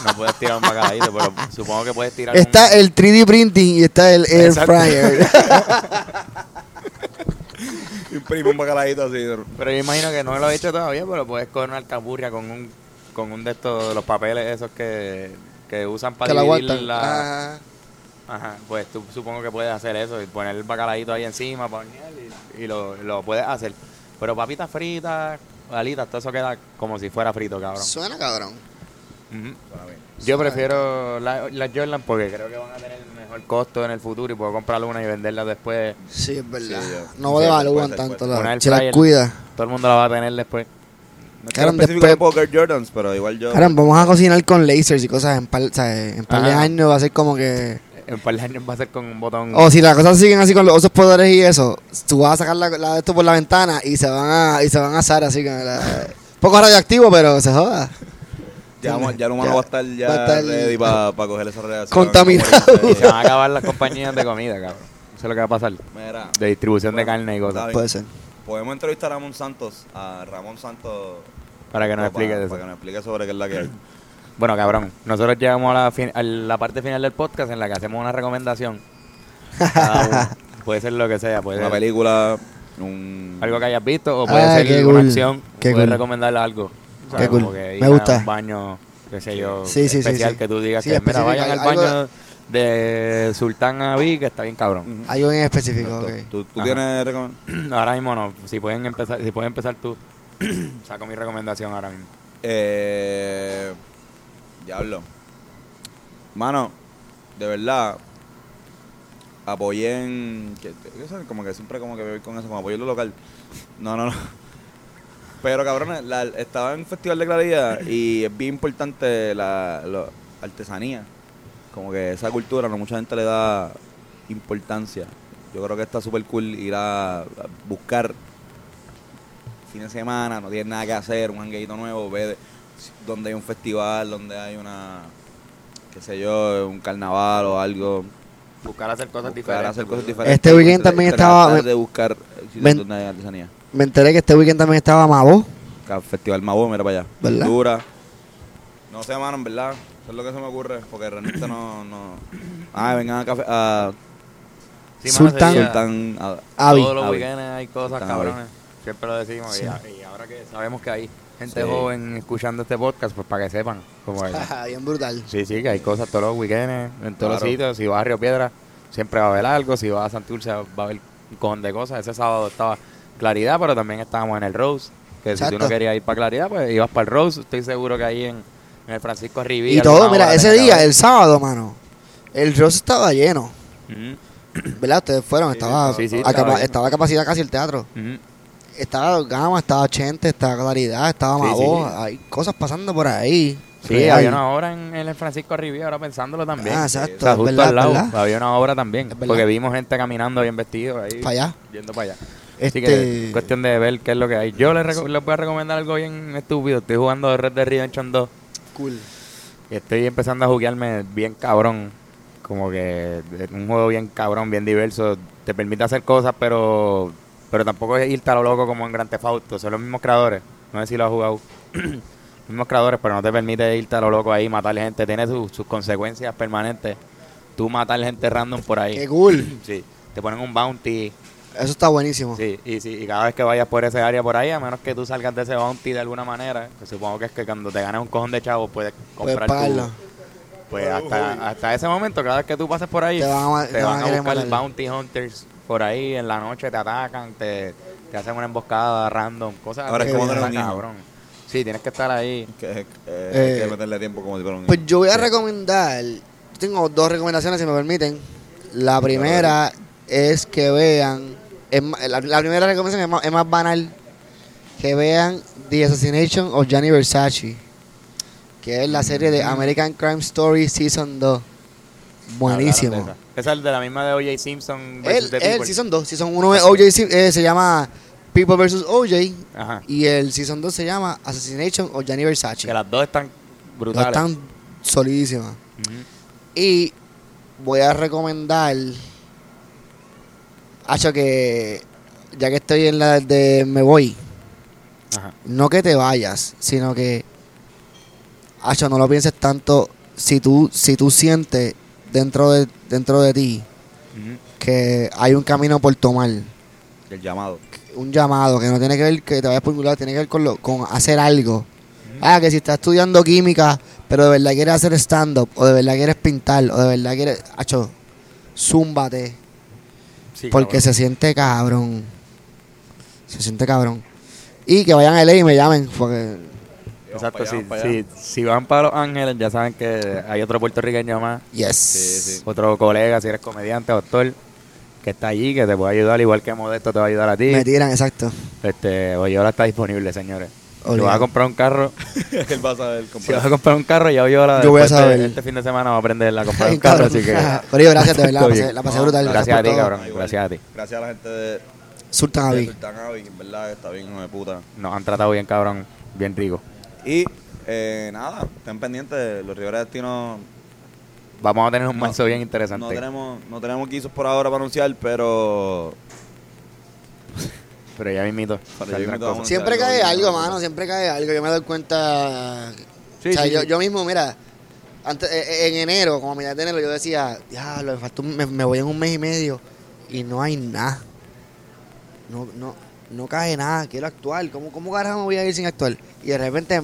Speaker 1: No puedes tirar un bacalaíto, pero supongo que puedes tirar
Speaker 2: está
Speaker 1: un...
Speaker 2: el 3D printing y está el air
Speaker 1: Exacto. [laughs]
Speaker 2: fryer.
Speaker 3: Imprime un bacaladito así.
Speaker 1: Pero yo imagino que no lo he hecho todavía, pero puedes coger una alcaburria con un, con un de estos, los papeles esos que, que usan para
Speaker 2: que la
Speaker 1: dividir
Speaker 2: aguantan.
Speaker 1: la...
Speaker 2: Ah,
Speaker 1: Ajá, pues tú supongo que puedes hacer eso y poner el bacaladito ahí encima para hornear y, y lo, lo puedes hacer. Pero papitas fritas, alitas, todo eso queda como si fuera frito, cabrón.
Speaker 2: suena cabrón.
Speaker 1: Ujú. Yo prefiero la- las Jordan porque creo que van a tener mejor costo en el futuro y puedo comprar una y venderlas después.
Speaker 2: Sí, es verdad.
Speaker 3: Sí, ya.
Speaker 2: no
Speaker 3: Sí, puede
Speaker 2: devalúan
Speaker 3: ser,
Speaker 2: tanto.
Speaker 3: puede
Speaker 1: ser.
Speaker 2: La,
Speaker 1: Una
Speaker 2: se las
Speaker 1: air fryer.
Speaker 2: cuida.
Speaker 1: Todo el mundo la va a tener después.
Speaker 3: No es que
Speaker 2: Cabrón,
Speaker 3: específico
Speaker 2: después-
Speaker 3: tampoco Air Jordans, pero igual yo.
Speaker 2: Karen, vamos a cocinar con lasers y cosas en par, ¿sabes? En par de
Speaker 1: Ajá.
Speaker 2: años. Va a ser como que.
Speaker 1: En un par de años va a ser con un botón.
Speaker 2: O si las cosas siguen así con los osos poderes y eso, tú vas a sacar la, la de esto por la ventana y se van a, y se van a asar así con la, poco radioactivo, pero se joda.
Speaker 3: Ya, vamos- ya el humano
Speaker 2: Ya.
Speaker 3: va a estar ya
Speaker 2: Va a estar-
Speaker 3: ready para coger esa reacción.
Speaker 1: [laughs]
Speaker 2: Contaminado.
Speaker 1: Y se van a
Speaker 3: eh,
Speaker 1: acabar las compañías de comida, cabrón. Eso es lo que va a pasar.
Speaker 3: Mira,
Speaker 1: [laughs] De distribución de
Speaker 3: Bueno,
Speaker 1: carne y
Speaker 3: está
Speaker 1: cosas.
Speaker 3: bien.
Speaker 2: Puede ser.
Speaker 3: podemos entrevistar a Ramón Santos. A Ramón Santos.
Speaker 1: Para que nos
Speaker 3: no,
Speaker 1: expliques
Speaker 3: para,
Speaker 1: eso.
Speaker 3: para que nos explique sobre qué es la que hay.
Speaker 1: Bueno, cabrón, nosotros llegamos a la, fin- a la parte final del podcast en la que hacemos una recomendación. Cada
Speaker 3: [laughs]
Speaker 1: uno. puede ser lo que sea, puede
Speaker 3: Una
Speaker 1: ser
Speaker 3: película. Un...
Speaker 1: algo que hayas visto o puede
Speaker 2: Ah,
Speaker 1: ser
Speaker 2: qué
Speaker 1: una
Speaker 2: cool.
Speaker 1: acción,
Speaker 2: Qué
Speaker 1: puedes
Speaker 2: cool.
Speaker 1: recomendarle algo. O sea,
Speaker 2: Qué
Speaker 1: como
Speaker 2: cool.
Speaker 1: que
Speaker 2: Me
Speaker 1: ir a
Speaker 2: gusta.
Speaker 1: Un baño, qué sé yo,
Speaker 2: Sí, sí, sí,
Speaker 1: especial
Speaker 2: sí.
Speaker 1: que tú digas
Speaker 2: Sí,
Speaker 1: que mira,
Speaker 2: específico,
Speaker 1: vayan al
Speaker 2: algo-
Speaker 1: baño de Sultán Abi que está bien
Speaker 2: [clears throat]
Speaker 1: cabrón.
Speaker 3: Ujú.
Speaker 2: Hay un en específico,
Speaker 3: Exacto.
Speaker 2: ok.
Speaker 3: ¿Tú, tú
Speaker 1: Ajá.
Speaker 3: tienes recomendación?
Speaker 1: Ahora mismo no, si pueden empezar, si puedes empezar tú, [clears throat] saco mi recomendación ahora mismo.
Speaker 3: Eh, diablo. Mano, de verdad, apoyen. que- que eso es Como que siempre como que voy con eso, como apoyen lo local. No, no, no. Pero cabrones, la- estaba en Festival de Claridad y es bien importante la, la artesanía. Como que esa cultura, no mucha gente le da importancia. Yo creo que está súper cool ir a, a buscar fin de semana, no tienes nada que hacer, un hangueito nuevo, ve, donde hay un festival, donde hay una, qué sé yo, un carnaval o algo.
Speaker 1: Buscar hacer cosas
Speaker 3: Buscar
Speaker 1: diferentes.
Speaker 3: hacer cosas diferentes.
Speaker 2: Este weekend
Speaker 3: Tra-
Speaker 2: también
Speaker 3: tratar
Speaker 2: estaba-
Speaker 3: de buscar sitios
Speaker 2: Ven-
Speaker 3: donde hay artesanía.
Speaker 2: Me enteré que este weekend también estaba Mabo.
Speaker 3: Ca- Festival Mabo, mira para allá.
Speaker 2: ¿Verdad?
Speaker 3: Dura. No sé, mano, en verdad. Eso es lo que se me ocurre. Porque realmente no. no... Ah, vengan a café. A
Speaker 1: Sí, mano,
Speaker 2: Sultán.
Speaker 1: sería-
Speaker 3: Sultán. a-
Speaker 2: Avi.
Speaker 1: Todos los
Speaker 3: Avi.
Speaker 1: weekends hay cosas,
Speaker 3: Tan
Speaker 1: cabrones. Siempre lo decimos.
Speaker 2: Sí.
Speaker 1: Y, a- y ahora que sabemos que hay gente
Speaker 3: Sí.
Speaker 1: joven escuchando este podcast, pues para que sepan. Como
Speaker 2: [laughs]
Speaker 1: es.
Speaker 2: Bien brutal.
Speaker 1: sí, sí, que hay cosas todos los weekends, en todos los
Speaker 3: Claro.
Speaker 1: sitios. Si vas a Río Piedra, siempre va a haber algo. Si vas a Santurce, va a haber un cojón de cosas. Ese sábado estaba Claridad, pero también estábamos en el Rose. Que si
Speaker 2: Exacto.
Speaker 1: tú no querías ir para Claridad, pues ibas para el Rose. Estoy seguro que ahí en, en el Francisco Rivilla.
Speaker 2: Y todo,
Speaker 1: alguna
Speaker 2: mira,
Speaker 1: hora
Speaker 2: ese
Speaker 1: tenía que
Speaker 2: día,
Speaker 1: haber.
Speaker 2: el sábado, mano, el rostro estaba lleno.
Speaker 1: Ujú,
Speaker 2: ¿Verdad? Ustedes fueron, estaba,
Speaker 1: sí, sí,
Speaker 2: a
Speaker 1: estaba
Speaker 2: capa-
Speaker 1: lleno.
Speaker 2: estaba a capacidad casi el teatro.
Speaker 1: ujú.
Speaker 2: Estaba Gama, estaba Chente, estaba Claridad, estaba
Speaker 1: Sí, sí.
Speaker 2: Mabo. Hay cosas pasando por ahí.
Speaker 1: Sí,
Speaker 2: Real.
Speaker 1: había una obra en, en el Francisco Riviera, ahora pensándolo también.
Speaker 2: Ah,
Speaker 1: O
Speaker 2: exacto.
Speaker 1: sea, justo
Speaker 2: ¿verdad?
Speaker 1: al lado
Speaker 2: ¿verdad?
Speaker 1: había una obra también.
Speaker 2: Es verdad.
Speaker 1: Porque vimos gente caminando bien vestido ahí.
Speaker 2: Para allá.
Speaker 1: Yendo para allá. Así que
Speaker 2: Este,
Speaker 1: es cuestión de ver qué es lo que hay. Yo les, reco- les voy a recomendar algo bien estúpido. Estoy jugando Red Dead Redemption 2
Speaker 2: cool.
Speaker 1: y estoy empezando a juguearme bien cabrón. Como que es un juego bien cabrón, bien diverso. Te permite hacer cosas, pero pero tampoco es irte a lo loco como en Grand Theft Auto. Son los mismos creadores. No sé si lo has jugado. [clears throat] los mismos creadores, pero no te permite irte a lo loco ahí, matar gente. Tiene su- sus consecuencias permanentes. Tú matar gente random por
Speaker 2: Qué
Speaker 1: ahí. [clears throat]
Speaker 2: cool.
Speaker 1: Sí. Te ponen un bounty.
Speaker 2: Eso está buenísimo.
Speaker 1: Sí, y, sí, y cada vez que vayas por ese área por ahí, a menos que tú salgas de ese bounty de alguna manera, que supongo que es que cuando te ganas un cojón de chavo puedes
Speaker 2: Puedes
Speaker 1: comprar
Speaker 2: pagarla.
Speaker 1: tu- Pues hasta, hasta ese momento, cada vez que tú pases por ahí,
Speaker 2: Te van a- te van a
Speaker 1: buscar
Speaker 2: querer matar.
Speaker 1: bounty hunters por ahí, en la noche te atacan, te, te hacen una emboscada random, cosas
Speaker 3: Ahora
Speaker 1: así
Speaker 2: es como
Speaker 1: que
Speaker 3: tener
Speaker 1: está
Speaker 3: un hijo.
Speaker 1: cabrón. Sí, tienes que estar ahí.
Speaker 3: Que, eh,
Speaker 2: Eh,
Speaker 3: hay que meterle tiempo como si fuera un
Speaker 2: Pues
Speaker 3: niño.
Speaker 2: yo voy a recomendar, tengo dos recomendaciones si me permiten. La primera es que vean, es ma- la, la primera recomendación es más, es más banal, que vean The Assassination of Gianni Versace, que es la serie de American Crime Story Season 2.
Speaker 1: Hablaron de
Speaker 2: Buenísimo.
Speaker 1: esa. Esa es de la misma de O.J. Simpson. versus
Speaker 2: El,
Speaker 1: The
Speaker 2: el
Speaker 1: People.
Speaker 2: Season 2, Season 1 es OJ, Sim- eh, se llama People vs. OJ
Speaker 1: Ajá.
Speaker 2: y el Season 2 se llama Assassination of Gianni Versace.
Speaker 1: Que las dos están
Speaker 2: No
Speaker 1: brutales.
Speaker 2: están solidísimas.
Speaker 1: Ujú.
Speaker 2: Y voy a recomendar. Hacho, que ya que estoy en la de me voy,
Speaker 1: Ajá.
Speaker 2: no que te vayas, sino que. Hacho, no lo pienses tanto. Si tú, si tú sientes dentro de, dentro de ti
Speaker 1: Ujú.
Speaker 2: que hay un camino por tomar,
Speaker 3: El llamado. [laughs]
Speaker 2: un llamado que no tiene que ver que te vayas por un lado, tiene que ver con, lo- con hacer algo. Ah, que si estás estudiando química, pero de verdad quieres hacer stand-up, o de verdad quieres pintar, o de verdad quieres. Hacho, zúmbate.
Speaker 1: Sí,
Speaker 2: Porque
Speaker 1: cabrón.
Speaker 2: se siente cabrón. Se siente cabrón. Y que vayan a LA y me llamen. Porque
Speaker 1: Exacto,
Speaker 3: Vamos
Speaker 1: si,
Speaker 3: para allá, vamos para
Speaker 1: si,
Speaker 3: allá.
Speaker 1: si van para Los Ángeles, ya saben que hay otro puertorriqueño más,
Speaker 2: yes.
Speaker 3: Sí, sí.
Speaker 1: otro colega, si eres comediante, doctor, que está allí, que te puede ayudar, igual que Modesto te va a ayudar a ti.
Speaker 2: Me tiran, exacto.
Speaker 1: Este, Oyola está disponible, señores. Si
Speaker 2: Obligado.
Speaker 1: vas a comprar un carro, [laughs]
Speaker 3: Él va a saber comprar.
Speaker 1: si vas a comprar un carro, ya Oyola
Speaker 2: Yo voy a
Speaker 1: después de-
Speaker 2: saber.
Speaker 1: Este fin de semana va a aprender a
Speaker 2: [laughs]
Speaker 1: comprar
Speaker 2: Ay,
Speaker 1: un carro,
Speaker 2: cabrón.
Speaker 1: así que...
Speaker 2: Corillo, gracias, de verdad, la
Speaker 1: Todo
Speaker 2: pasé-
Speaker 1: bien.
Speaker 2: la pasé brutal,
Speaker 1: Gracias,
Speaker 2: gracias
Speaker 1: a ti,
Speaker 2: por todo.
Speaker 1: cabrón,
Speaker 3: Igual.
Speaker 1: gracias a ti.
Speaker 3: Gracias a la gente de, de
Speaker 2: Sultan Avi.
Speaker 3: Sultán Avi, que en verdad está bien, hijo de puta.
Speaker 1: Nos han tratado bien, cabrón, bien rico.
Speaker 3: Y eh, nada, estén pendientes. Los Rivera Destino
Speaker 1: Vamos a tener un
Speaker 3: No,
Speaker 1: marzo bien interesante.
Speaker 3: No tenemos, no tenemos guisos por ahora para anunciar, pero.
Speaker 1: Pero ya mismito.
Speaker 3: Pero ya
Speaker 1: saldrán
Speaker 3: mismito
Speaker 1: cosas.
Speaker 3: vamos
Speaker 2: Siempre cae algo, mano. Siempre cae algo. Yo me doy cuenta.
Speaker 1: Sí,
Speaker 2: o sea,
Speaker 1: sí,
Speaker 2: yo,
Speaker 1: sí.
Speaker 2: yo mismo, mira. Antes, eh, eh, en enero, como a mitad de enero, yo decía, diablo, me, faltó un- me, me voy en un mes y medio y no hay nada. No, no, no cae nada, quiero actuar. ¿Cómo, cómo carajo me voy a ir sin actuar? Y de repente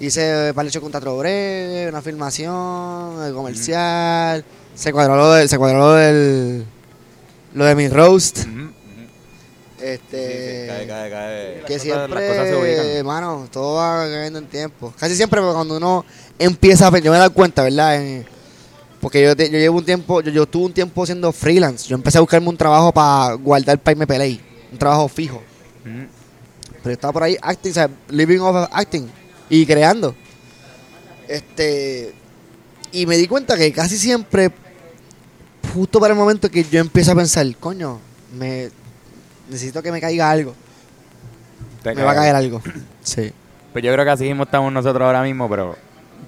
Speaker 2: hice Palecho contra Trobre, una filmación, el comercial, se cuadró lo del, se cuadró lo del lo de mi roast.
Speaker 1: Ujú.
Speaker 3: Sí, sí,
Speaker 2: Este
Speaker 3: cae, cae, cae.
Speaker 2: que
Speaker 1: Las cosas- las cosas se
Speaker 2: siempre,
Speaker 1: ubican.
Speaker 2: hermano, todo va cayendo en tiempo. Casi siempre pero cuando uno empieza a... pe- Yo me he dado cuenta, ¿verdad? En- porque yo, te- yo llevo un tiempo... Yo, yo tuve un tiempo siendo freelance. Yo empecé a buscarme un trabajo para guardar para irme pelei. Un trabajo fijo.
Speaker 1: Ujú.
Speaker 2: Pero yo estaba por ahí acting, o sea, living off acting. Y creando. Este... Y me di cuenta que casi siempre... Justo para el momento que yo empiezo a pensar... Coño, me... Necesito que me caiga algo
Speaker 1: Te
Speaker 2: me va a
Speaker 1: cae.
Speaker 2: caer algo. Sí.
Speaker 1: Pues yo creo que así mismo estamos nosotros ahora mismo, pero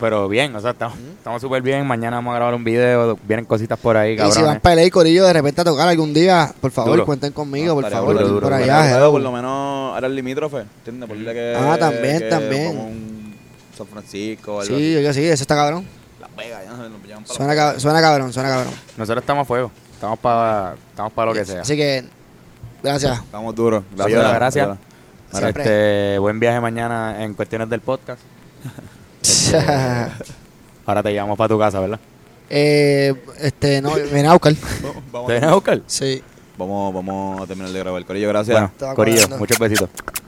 Speaker 1: pero bien, o sea, estamos estamos súper bien. Mañana vamos a grabar un video, vienen cositas por ahí,
Speaker 2: Y si van
Speaker 1: cabrones.
Speaker 2: pelea y corillo de repente a tocar algún día, por favor,
Speaker 1: Duro.
Speaker 2: cuenten conmigo, por
Speaker 3: Estaría
Speaker 2: favor,
Speaker 1: duro,
Speaker 2: estoy
Speaker 1: duro,
Speaker 2: por
Speaker 1: duro.
Speaker 2: allá.
Speaker 3: Pero por
Speaker 2: hello.
Speaker 3: lo menos era el limítrofe, ¿entiendes? Ponle que,
Speaker 2: Ah, también, también.
Speaker 3: Como un San Francisco, algo
Speaker 2: Sí,
Speaker 3: así.
Speaker 2: yo sí, eso está cabrón.
Speaker 3: Las Vegas, ya no sé, nos llevan para
Speaker 2: Suena, cab- suena cabrón, suena cabrón.
Speaker 1: Nosotros estamos a fuego. Estamos para estamos para lo que sea.
Speaker 2: Así que, gracias. [laughs]
Speaker 3: Estamos duros.
Speaker 1: Gracias, gracias.
Speaker 3: Ayuda.
Speaker 2: Siempre.
Speaker 1: Este, buen viaje mañana en cuestiones del podcast. Ahora te llevamos para tu casa, ¿verdad?
Speaker 2: eh, este, no, ven a buscar.
Speaker 3: Vamos,
Speaker 1: ¿Te vienes a buscar?
Speaker 2: Sí.
Speaker 3: vamos, vamos a terminar de grabar. Corillo, gracias.
Speaker 1: Bueno,
Speaker 2: Estaba
Speaker 1: Corillo,
Speaker 2: cuadrando.
Speaker 1: muchos besitos.